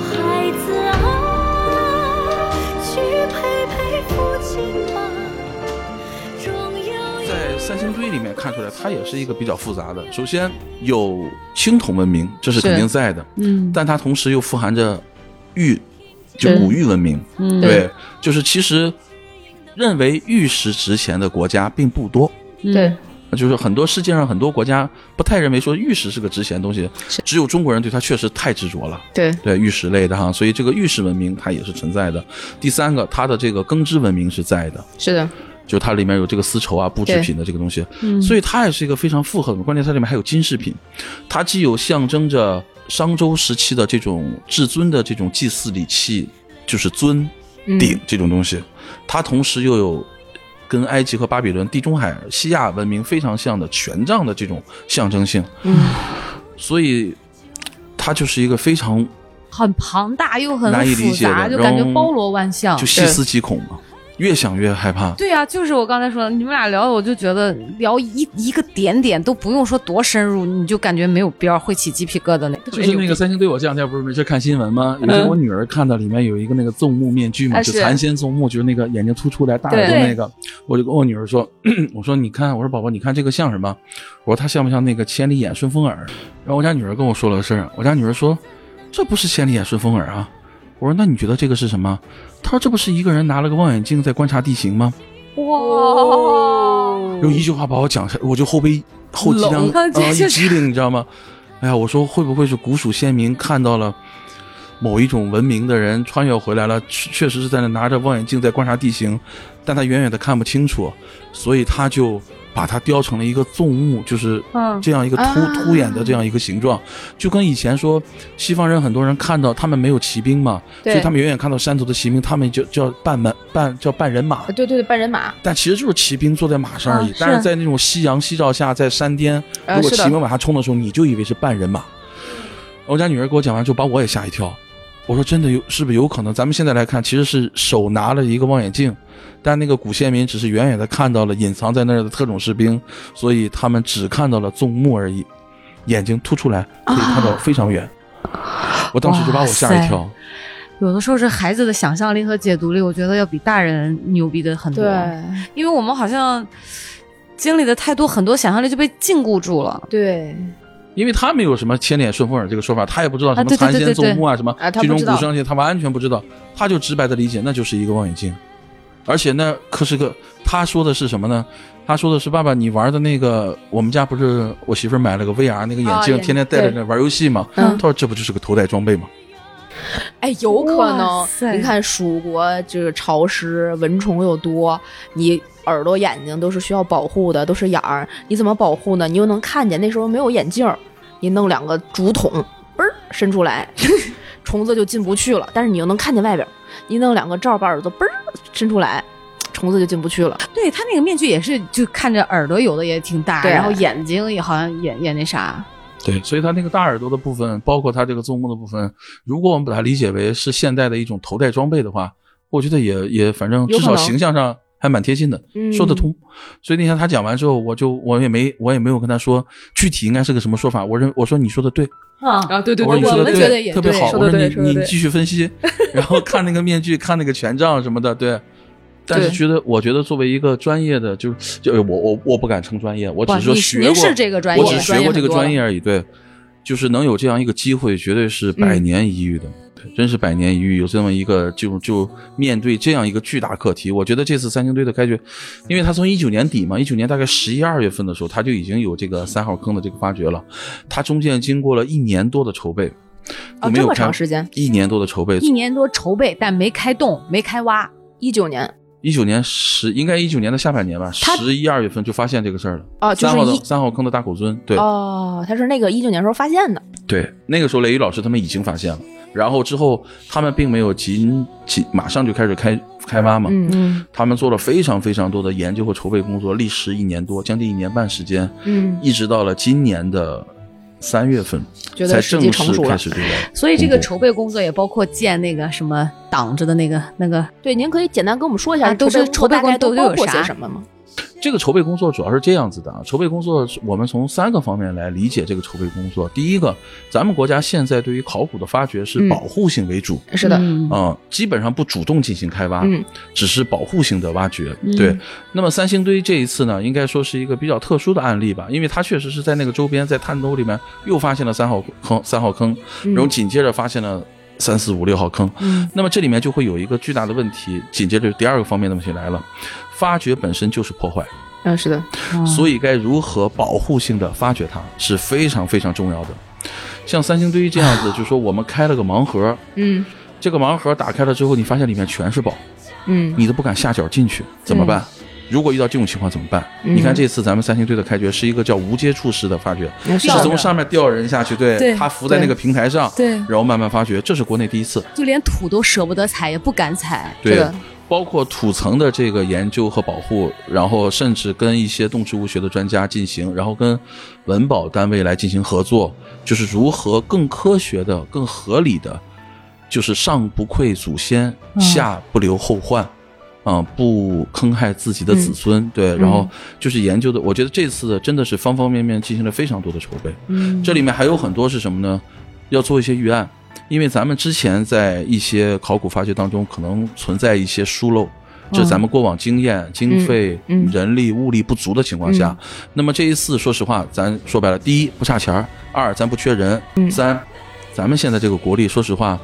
孩子啊，去陪陪父亲吧，终有一在三星堆里面看出来，它也是一个比较复杂的。首先有青铜文明，这是肯定在的，嗯但它同时又富含着玉，就对古玉文明。嗯对，就是其实认为玉石值钱的国家并不多。嗯对，就是很多世界上很多国家不太认为说玉石是个值钱的东西，只有中国人对它确实太执着了。对，对玉石类的哈，所以这个玉石文明它也是存在的。第三个，它的这个耕织文明是在的，是的，就它里面有这个丝绸啊、布制对嗯品的这个东西，所以它也是一个非常复合的。关键它里面还有金饰品，它既有象征着商周时期的这种至尊的这种祭祀礼器，就是尊、嗯鼎这种东西，它同时又有。跟埃及和巴比伦、地中海、西亚文明非常像的权杖的这种象征性，嗯，所以它就是一个非常很庞大又很难以复理解的杂，就然感觉后包罗万象就。细思极恐嘛，越想越害怕。对呀、就是我刚才说的，你们俩聊的，我就觉得聊一一个点点都不用说多深入，你就感觉没有必要，会起鸡皮疙瘩那。就是那个三星堆，我这两天不是没事看新闻吗？有一天我女儿看到里面有一个那个纵目面具嘛，啊就是蚕仙纵目，就是那个眼睛凸出来大耳朵对那个，我就跟我女儿说， 我说你看，我说宝宝，你看这个像什么？我说它像不像那个千里眼顺风耳？然后我家女儿跟我说了个事儿，我家女儿说这不是千里眼顺风耳啊。我说那你觉得这个是什么？她说这不是一个人拿了个望远镜在观察地形吗？哇，用哦一句话把我讲下，我就后背后脊梁冷啊呃这一是激灵，你知道吗？哎呀，我说会不会是古蜀先民看到了某一种文明的人穿越回来了，确确实是在那拿着望远镜在观察地形，但他远远的看不清楚，所以他就把它雕成了一个纵目，就是嗯这样一个凸、啊凸眼的这样一个形状，就跟以前说西方人很多人看到他们没有骑兵嘛，所对以他们远远看到山头的骑兵，他们就叫半马半叫半人马，对对对，半人马，但其实就是骑兵坐在马上而已。啊但是是在那种夕阳夕照下，在山巅，呃如果是骑的兵往下冲的时候，你就以为是半人马。我家女儿给我讲完之后，把我也吓一跳。我说：“真的有是不是有可能？咱们现在来看，其实是手拿了一个望远镜，但那个古先民只是远远的看到了隐藏在那儿的特种士兵，所以他们只看到了纵目而已，眼睛凸出来可以看啊到非常远。我当时就把我吓一跳。有的时候是孩子的想象力和解读力，我觉得要比大人牛逼的很多。对，因为我们好像经历的太多，很多想象力就被禁锢住了。对，因为他没有什么牵连顺风耳这个说法，他也不知道什啊么对对蚕对仙对纵对目啊，什么啊他这不种知古道圣些，他完全不知道，他就直白的理解那就是一个望远镜，而且那可是个他说的是什么呢？他说的是爸爸，你玩的那个，我们家不是我媳妇儿买了个 VR 那个眼哦啊镜，眼天天戴着对那玩游戏嘛。嗯他说这不就是个头戴装备吗？哎，有可能哇。塞你看蜀国就是潮湿，蚊虫又多，你耳朵、眼睛都是需要保护的，都是眼儿，你怎么保护呢？你又能看见，那时候没有眼镜儿，你弄两个竹筒，嘣儿伸出来，虫子就进不去了，但是你又能看见外边儿。你弄两个罩儿把耳朵嘣儿伸出来，虫子就进不去了。对他那个面具也是，就看着耳朵有的也挺大，对然后眼睛也好像也也那啥，对，所以他那个大耳朵的部分，包括他这个纵目的部分，如果我们把它理解为是现代的一种头戴装备的话，我觉得也也反正有至可少能形象上还蛮贴近的，嗯说得通。所以那天他讲完之后，我就我也没我也没有跟他说具体应该是个什么说法，我认我说你说的对，啊，啊，对对我对，说你说我的们对，觉得也特别对好，说我得说对你说得你对继续分析，然后看那个面具，看那个权杖什么的，对。但是对觉得，我觉得作为一个专业的，就是就我我我不敢称专业，我只哇是说你学过，您是这个专业我只学专业过这很个多专了业而已。对，就是能有这样一个机会，绝对是百年一遇的，对真是百年一遇。有这么一个，就就面对这样一个巨大课题，我觉得这次三星堆的开掘，因为他从一九年底嘛，一九年大概十一二月份的时候，他就已经有这个三号坑的这个发掘了，他中间经过了一年多的筹备，哦我没有这么看长时间，一年多的筹备，一年多筹备，但没开动，没开挖，一九年一九年十应该一九年的下半年吧，他十一二月份就发现这个事儿了。哦，就三是号的一三号坑的大口尊，对、哦，他是那个一九年时候发现的，对，那个时候雷雨老师他们已经发现了，然后之后他们并没有紧紧马上就开始开开挖嘛，嗯嗯他们做了非常非常多的研究和筹备工作，历时一年多，将近一年半时间，嗯，一直到了今年的三月份觉得才时正机成式熟开了。始这个工作，所以这个筹备工作也包括建那个什么挡着的那个那个对，您可以简单跟我们说一啊下，都是筹备工作大筹备概工作都都有包括啥些什么吗？这个筹备工作主要是这样子的啊，筹备工作是我们从三个方面来理解这个筹备工作。第一个，咱们国家现在对于考古的发掘是嗯保护性为主。是的，嗯啊、基本上不主动进行开挖，嗯只是保护性的挖掘。对，那么三星堆这一次呢，应该说是一个比较特殊的案例吧，因为它确实是在那个周边，在探头里面又发现了三号坑，三号坑，然后紧接着发现了三四五六号坑。嗯那么这里面就会有一个巨大的问题，紧接着第二个方面的问题来了，发掘本身就是破坏，嗯，是的，所以该如何保护性的发掘它是非常非常重要的。像三星堆这样子，就说我们开了个盲盒，嗯这个盲盒打开了之后，你发现里面全是宝，嗯你都不敢下脚进去，怎么办？如果遇到这种情况怎么办？嗯你看这次咱们三星堆的开掘是一个叫无接触式的发掘，嗯，是是的从上面吊人下去，对，对他浮在那个平台上，对然后慢慢发掘，这是国内第一次，就连土都舍不得踩，也不敢踩。是对的，包括土层的这个研究和保护，然后甚至跟一些动植物学的专家进行，然后跟文保单位来进行合作，就是如何更科学的、更合理的，就是上不愧祖先，下不留后患。啊、不坑害自己的子孙，对，然后就是研究的，我觉得这次真的是方方面面进行了非常多的筹备，嗯这里面还有很多是什么呢？要做一些预案，因为咱们之前在一些考古发掘当中，可能存在一些疏漏，这是咱们过往经验、经费、嗯嗯人力、物力不足的情况下，那么这一次，说实话，咱说白了，第一不差钱儿，二咱不缺人，三咱们现在这个国力，说实话，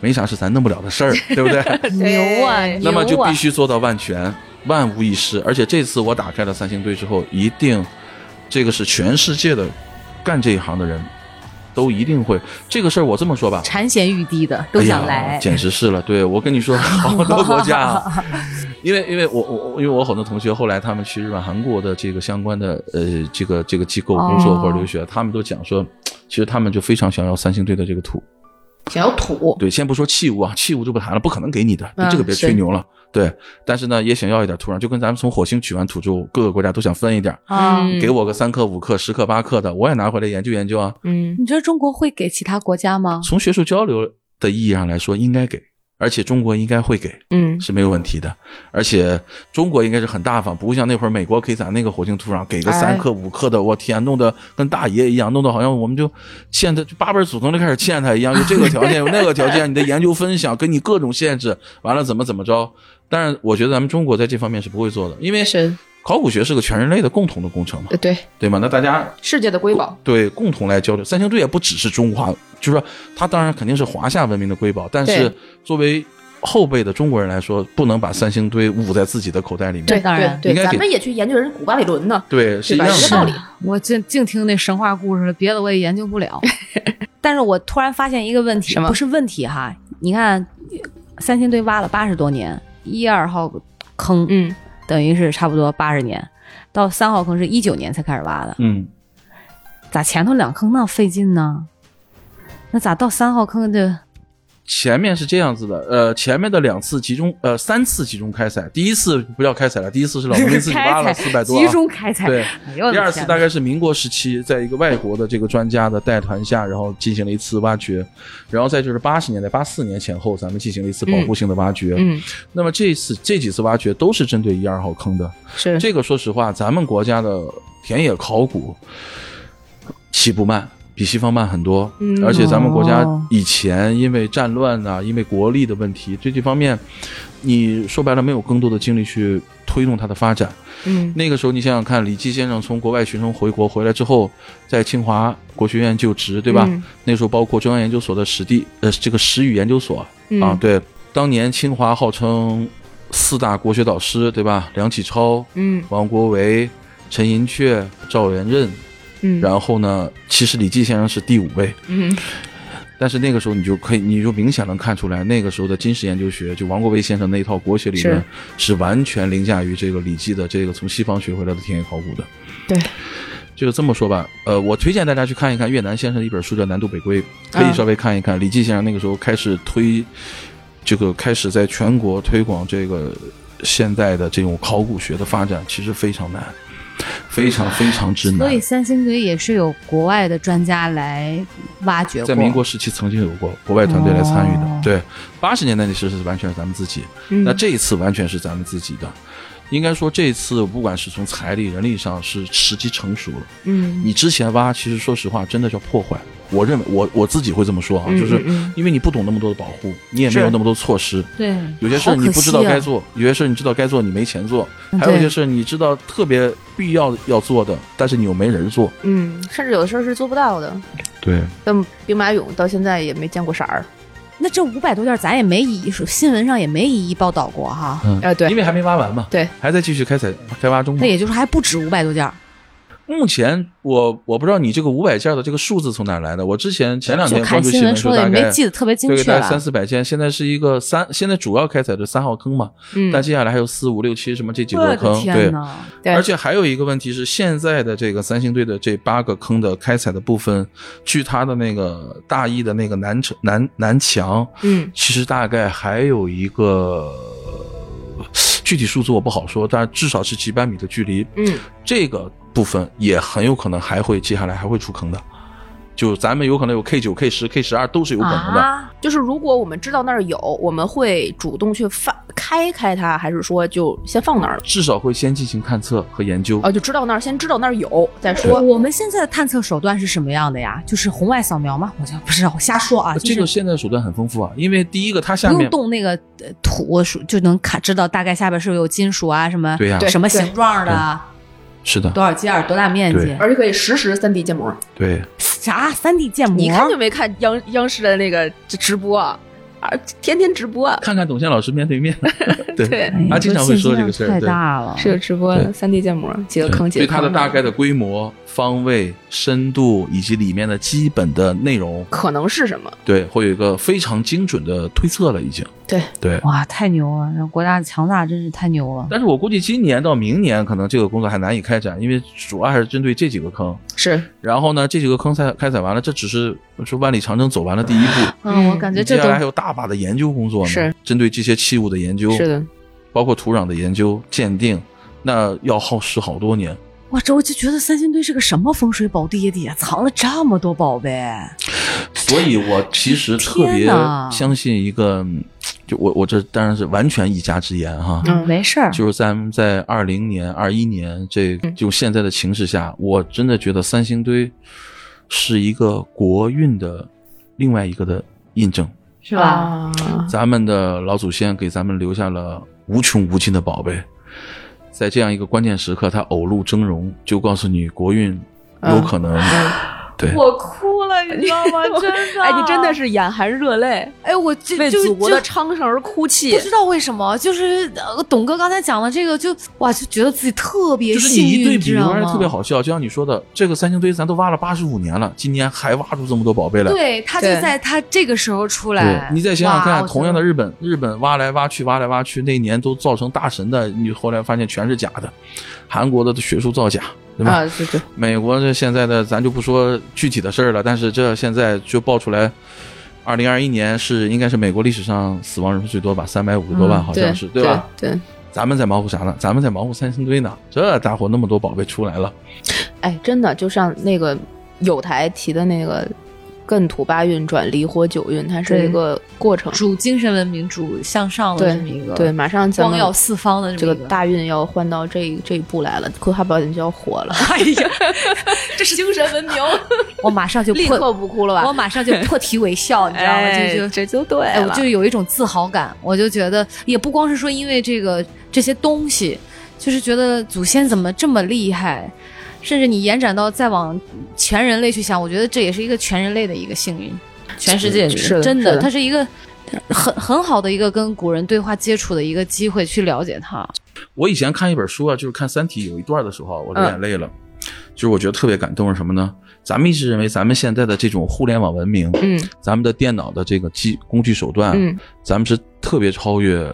没啥是咱弄不了的事儿，对不对？牛啊！那么就牛啊必须做到万全、万无一失。而且这次我打开了三星堆之后，一定，这个是全世界的干这一行的人，都一定会这个事儿。我这么说吧，馋涎欲滴的都想哎来呀，简直是了。对我跟 你说，好多国家啊，因为因为我我我因为我很多同学后来他们去日本、韩国的这个相关的呃这个这个机构工作哦或者留学，他们都讲说，其实他们就非常想要三星堆的这个土。想要土，对，先不说器物啊，器物就不谈了，不可能给你的，嗯这个别是吹牛了。对，但是呢，也想要一点土壤，就跟咱们从火星取完土之后，各个国家都想分一点儿，啊！嗯给我个三克、五克、十克、八克的，我也拿回来研究研究啊。嗯你觉得中国会给其他国家吗？从学术交流的意义上来说，应该给，而且中国应该会给，嗯，是没有问题的。而且中国应该是很大方，不会像那会儿美国可以在那个火星土壤给个哎三克、五克的，我天，弄得跟大爷一样，弄得好像我们就欠他就八辈儿祖宗就开始欠他一样，有这个 条件，有那个条件，你的研究分享给你各种限制，完了怎么怎么着。但是我觉得咱们中国在这方面是不会做的，因为是考古学是个全人类的共同的工程嘛，呃对，对吗？那大家世界的瑰宝，对共同来交流，三星堆也不只是中华，就是说它当然肯定是华夏文明的瑰宝，但是对作为后辈的中国人来说，不能把三星堆捂在自己的口袋里面。对当然对应该对，咱给们也去研究人古巴比伦呢，对，是一对吧样一的个道理。我净净听那神话故事了，别的我也研究不了。 但是我突然发现一个问题什，么不是问题哈，你看三星堆挖了八十多年，一二号坑、嗯，等于是差不多八十年，到三号坑是一九年才开始挖的，嗯，咋前头两坑那费劲呢？那咋到三号坑就前面是这样子的，呃，前面的两次集中，呃，三次集中开采，第一次不叫开采了，第一次是老农民自己挖了开采四百多、啊，集中开采？对哎呦我的第二天次哪大概是民国时期，在一个外国的这个专家的带团下，然后进行了一次挖掘，然后再就是八十年代、八四年前后，咱们进行了一次保护性的挖掘。嗯嗯那么这次这几次挖掘都是针对一二号坑的。是这个说实话，咱们国家的田野考古起步慢。比西方慢很多，嗯而且咱们国家哦以前因为战乱呐、因为国力的问题，对这方面，你说白了没有更多的精力去推动它的发展。嗯那个时候，你想想看，李济先生从国外学生回国回来之后，在清华国学院就职，对吧？嗯那时候包括中央研究所的史地，呃，这个史语研究所、啊嗯，对，当年清华号称四大国学导师，对吧？梁启超、嗯王国维、陈寅恪、赵元任，嗯，然后呢，其实李济先生是第五位，嗯但是那个时候你就可以，你就明显能看出来，那个时候的金石研究学，就王国维先生那一套国学理论，是完全凌驾于这个李济的这个从西方学回来的田野考古的。对，就这么说吧，呃，我推荐大家去看一看越南先生的一本书叫《南渡北归》，可以啊稍微看一看。李济先生那个时候开始推，这个开始在全国推广这个现代的这种考古学的发展，其实非常难，非常非常之难所。以三星堆也是有国外的专家来挖掘过，在民国时期曾经有过国外团队来参与的。哦嗯对，八十年代那时是完全是咱们自己，那这一次完全是咱们自己的。应该说，这一次不管是从财力、人力上，是时机成熟了。嗯你之前挖，其实说实话，真的叫破坏。我认为，我我自己会这么说啊，嗯就是嗯嗯因为你不懂那么多的保护，你也是没有那么多措施。对，有些事儿好可你不知道惜啊该做，有些事儿你知道该做，你没钱做；嗯还有一对些事儿你知道特别必要要做的，但是你又没人做。嗯，甚至有的事儿是做不到的。对，但兵马俑到现在也没见过色儿，那这五百多件，咱也没一新闻上也没一一报道过哈。嗯哎对因为还没挖完嘛，对，还在继续开采开挖中嘛那。也就是还不止五百多件儿，目前我我不知道你这个五百件的这个数字从哪来的。我之前前两就天关看注新闻闻说说的大也概没记得特别精对确大概三了。四百件，现在是一个三，现在主要开采的三号坑嘛，嗯但接下来还有四五六七什么这几我个的坑，天对。呐，对，而且还有一个问题是，现在的这个三星堆的这八个坑的开采的部分，距它的那个大邑的那个南城南南墙，嗯其实大概还有一个呃具体数字我不好说，但至少是几百米的距离。嗯这个部分也很有可能还会接下来还会出坑的，就咱们有可能有 K 九、K 十、K 十二都是有可能的。啊，就是如果我们知道那儿有，我们会主动去放开开它，还是说就先放那儿了？至少会先进行探测和研究。哦，就知道那儿，先知道那儿有再我说。我们现在的探测手段是什么样的呀？就是红外扫描吗？我就不知道，我瞎说啊。呃这就个是现在手段很丰富啊，因为第一个它下不面用动那个呃土，属就能看知道大概下边是不是有金属啊，什么对呀对什么形状的，是的，多少件儿，多大面积对，而且可以实时三 D 建模，对，啥三 D 建模？你看就没看央央视的那个直播啊，啊天天直播，啊看看董倩老师面 对面，对，对哎呀他经常会说这个事信息量太儿，对。大了，是有直播对三 D 建模，几个坑几对个它坑。的大概的规模、方位、深度以及里面的基本的内容，可能是什么？对，会有一个非常精准的推测了，已经。对对，哇，太牛了！让国家强大真是太牛了。但是我估计今年到明年，可能这个工作还难以开展，因为主要还是针对这几个坑。是然后呢，这几个坑采开采完了，这只是说万里长征走完了第一步，嗯我感接下来还有大把的研究工作呢，是针对这些器物的研究，是的，包括土壤的研究、鉴定，那要耗时好多年。哇，这我就觉得三星堆是个什么风水宝地呀？底下藏了这么多宝贝，所以我其实特别天哪相信一个，嗯就我我这当然是完全一家之言哈，嗯没事儿，就是咱们在二零年、二一年这嗯就现在的情势下，我真的觉得三星堆是一个国运的另外一个的印证。是是？吧？啊咱们的老祖先给咱们留下了无穷无尽的宝贝，在这样一个关键时刻，他偶露峥嵘，就告诉你国运嗯有可能，对，我哭了，你知道吗？真的，哎，你真的是眼含热泪，哎，我这为就祖国的就昌盛而哭泣不。知道为什么，就是呃董哥刚才讲的这个，就哇，就觉得自己特别就是你幸一运，对你比，知道而吗？且特别好笑。就像你说的，这个三星堆咱都挖了八十五年了，今年还挖出这么多宝贝来。对，他就对在他这个时候出对来，。你再想想哇哦看，我同觉样得的日本，日本挖来挖去，挖来挖去，那年都造成大神的，你后来发现全是假的，韩国的学术造假，对吧？啊，对对，美国这现在的，咱就不说具体的事儿了，但是这现在就爆出来，二零二一年是应该是美国历史上死亡人数最多吧，三百五十多万嗯好像是，对吧？？对，咱们在忙乎啥呢？咱们在忙乎三星堆呢。这大伙那么多宝贝出来了，哎，真的就像那个有台提的那个艮土八运转离火九运，它是对一个过程。主精神文明、主向上的哦对这么 一个，对，，马上咱光们耀四方的这么个一个。大运要换到这这一步来了，葵花宝典就要火 了，哎呀，这是精神文明， 我马上就立破，刻不哭了我吧？马上就破涕为笑，你知道吗？哎，这就这就对哎，我了，就有一种自豪感，我就觉得也不光是说因为这个这些东西，就是觉得祖先怎么这么厉害，甚至你延展到再往全人类去想，我觉得这也是一个全人类的一个幸运，全世界里是的真是的，的它是一个很很好的一个跟古人对话接触的一个机会，去了解他。我以前看一本书啊，就是看《三体》有一段的时候啊，我流眼泪了。就是我觉得特别感动是什么呢？咱们一直认为咱们现在的这种互联网文明，嗯咱们的电脑的这个技工具手段，啊嗯咱们是特别超越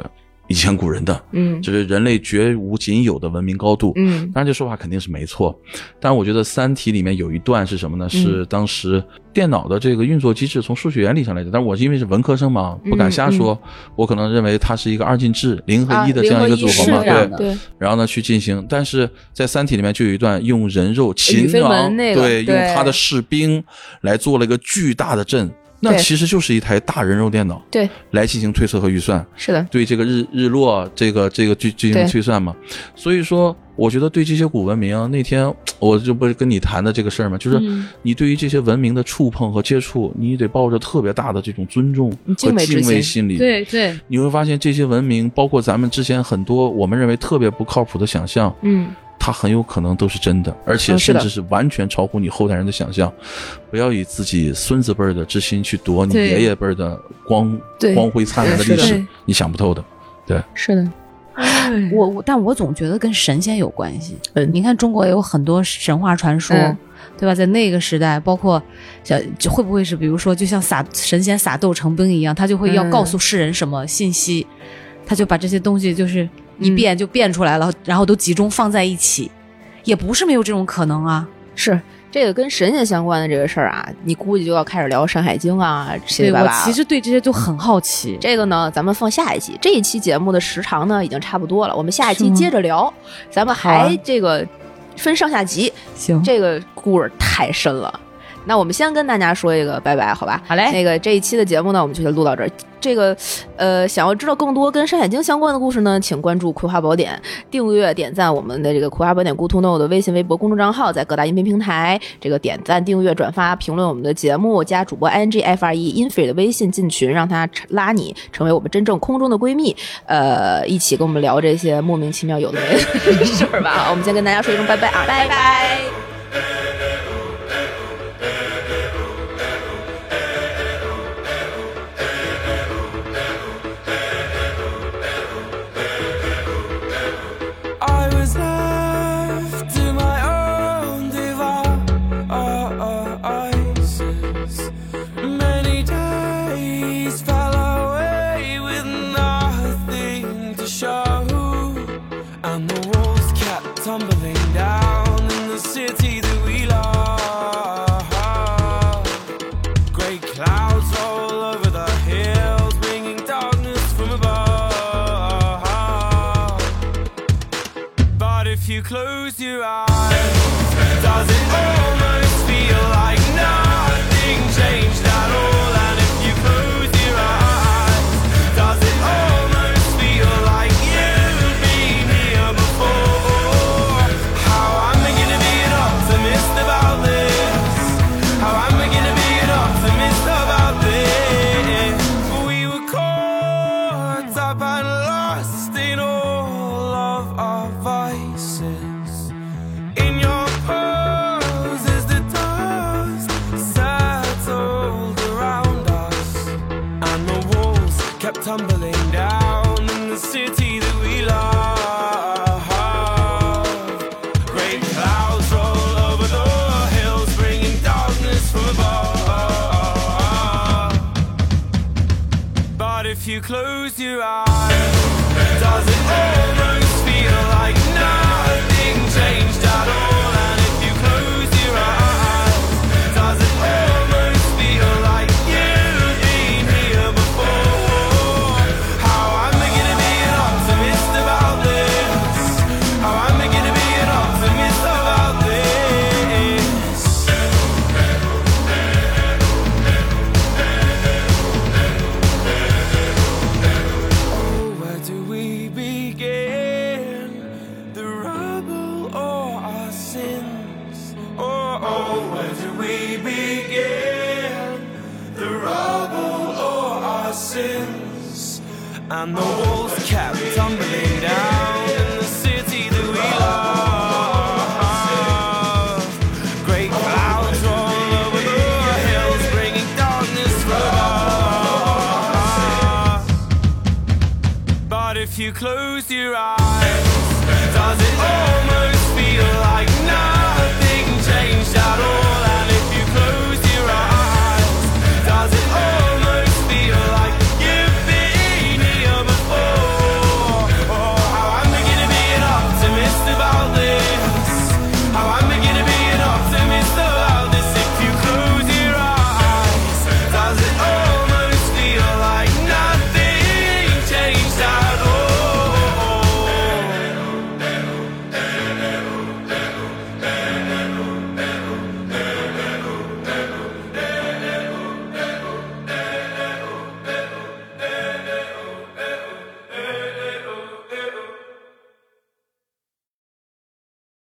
以前古人的。嗯这是人类绝无仅有的文明高度。嗯当然，这说法肯定是没错，但我觉得《三体》里面有一段是什么呢？是当时电脑的这个运作机制从数学原理上来讲，但我因为是文科生嘛，不敢瞎说，我可能认为它是一个二进制零和啊一的这样一个组合嘛，零和一是这样的对。对，然后呢去进行，但是在《三体》里面就有一段用人肉呃宇秦飞王门那个对，对用他的士兵来做了一个巨大的阵，那对其实就是一台大人肉电脑，对，来进行推测和预算。是的，对这个日日落这个这个进进行对推算嘛。所以说，我觉得对这些古文明，那天我这不是跟你谈的这个事儿嘛，就是嗯你对于这些文明的触碰和接触，你得抱着特别大的这种尊重和敬敬畏之畏心心理。对对，你会发现这些文明，包括咱们之前很多我们认为特别不靠谱的想象，嗯，它很有可能都是真的，而且嗯是甚的至是完全超乎你后代人的想象。不要以自己孙子辈儿的之心去夺你对爷爷辈儿的光对光辉灿烂的是历的史对，你想不透的。是的，哎我我，但我总觉得跟神仙有关系。嗯你看中国也有很多神话传说，嗯对吧？在那个时代，包括像就会不会是，比如说，就像撒神仙撒豆成兵一样，他就会要嗯告诉世人什么信息，他就把这些东西就是一嗯变就变出来了，然后都集中放在一起，也不是没有这种可能啊。是。这个跟神仙相关的这个事儿啊，你估计就要开始聊《山海经》啊，七对七八我八了。其实对这些就很好奇。这个呢，咱们放下一期。这一期节目的时长呢，已经差不多了，我们下一期接着聊。咱们好还啊这个分上下集，行，这个故事太深了。那我们先跟大家说一个拜拜，好吧？好嘞那个这一期的节目呢，我们就先录到这儿。这个，呃，想要知道更多跟《山海经》相关的故事呢，请关注《葵花宝典》，订阅、点赞我们的这个《葵花宝典 Good to Know》的微信、微博公众账号，在各大音频平台这个点赞、订阅、转发、评论我们的节目，加主播 i n g f r e infree 的微信进群，让他拉你成为我们真正空中的闺蜜，呃，一起跟我们聊这些莫名其妙有的没的事儿吧。好我们先跟大家说一声拜拜啊，拜拜 I was left to my own devices. Many days fell away with nothing to show, and the walls kept tumbling down in the city that we love. Great clouds roll over the hills, bringing darkness from above. But if you close your eyes, does it almost feel like nothing changed at all? And if you close your eyes, does it almost feel like you've been here before? How am I gonna be an optimist about this? How am I gonna be an optimist about this? We were caught up and lost in all of our vices. you close your eyes? Does it almost feel like nothing changed at all? And if you close your eyes, does it almost feel like you've been here before? How am I gonna be an optimist about this? How am I gonna be an optimist about this? Where do we begin? The rubble or our sins? Oh, oh, where do we begin? The rubble or our sins? And the walls kept tumbling down in the city that we love. Great clouds roll over the hills, bringing darkness from us. But if you close your eyes, does it almost feel like nothing changed at all? Oh,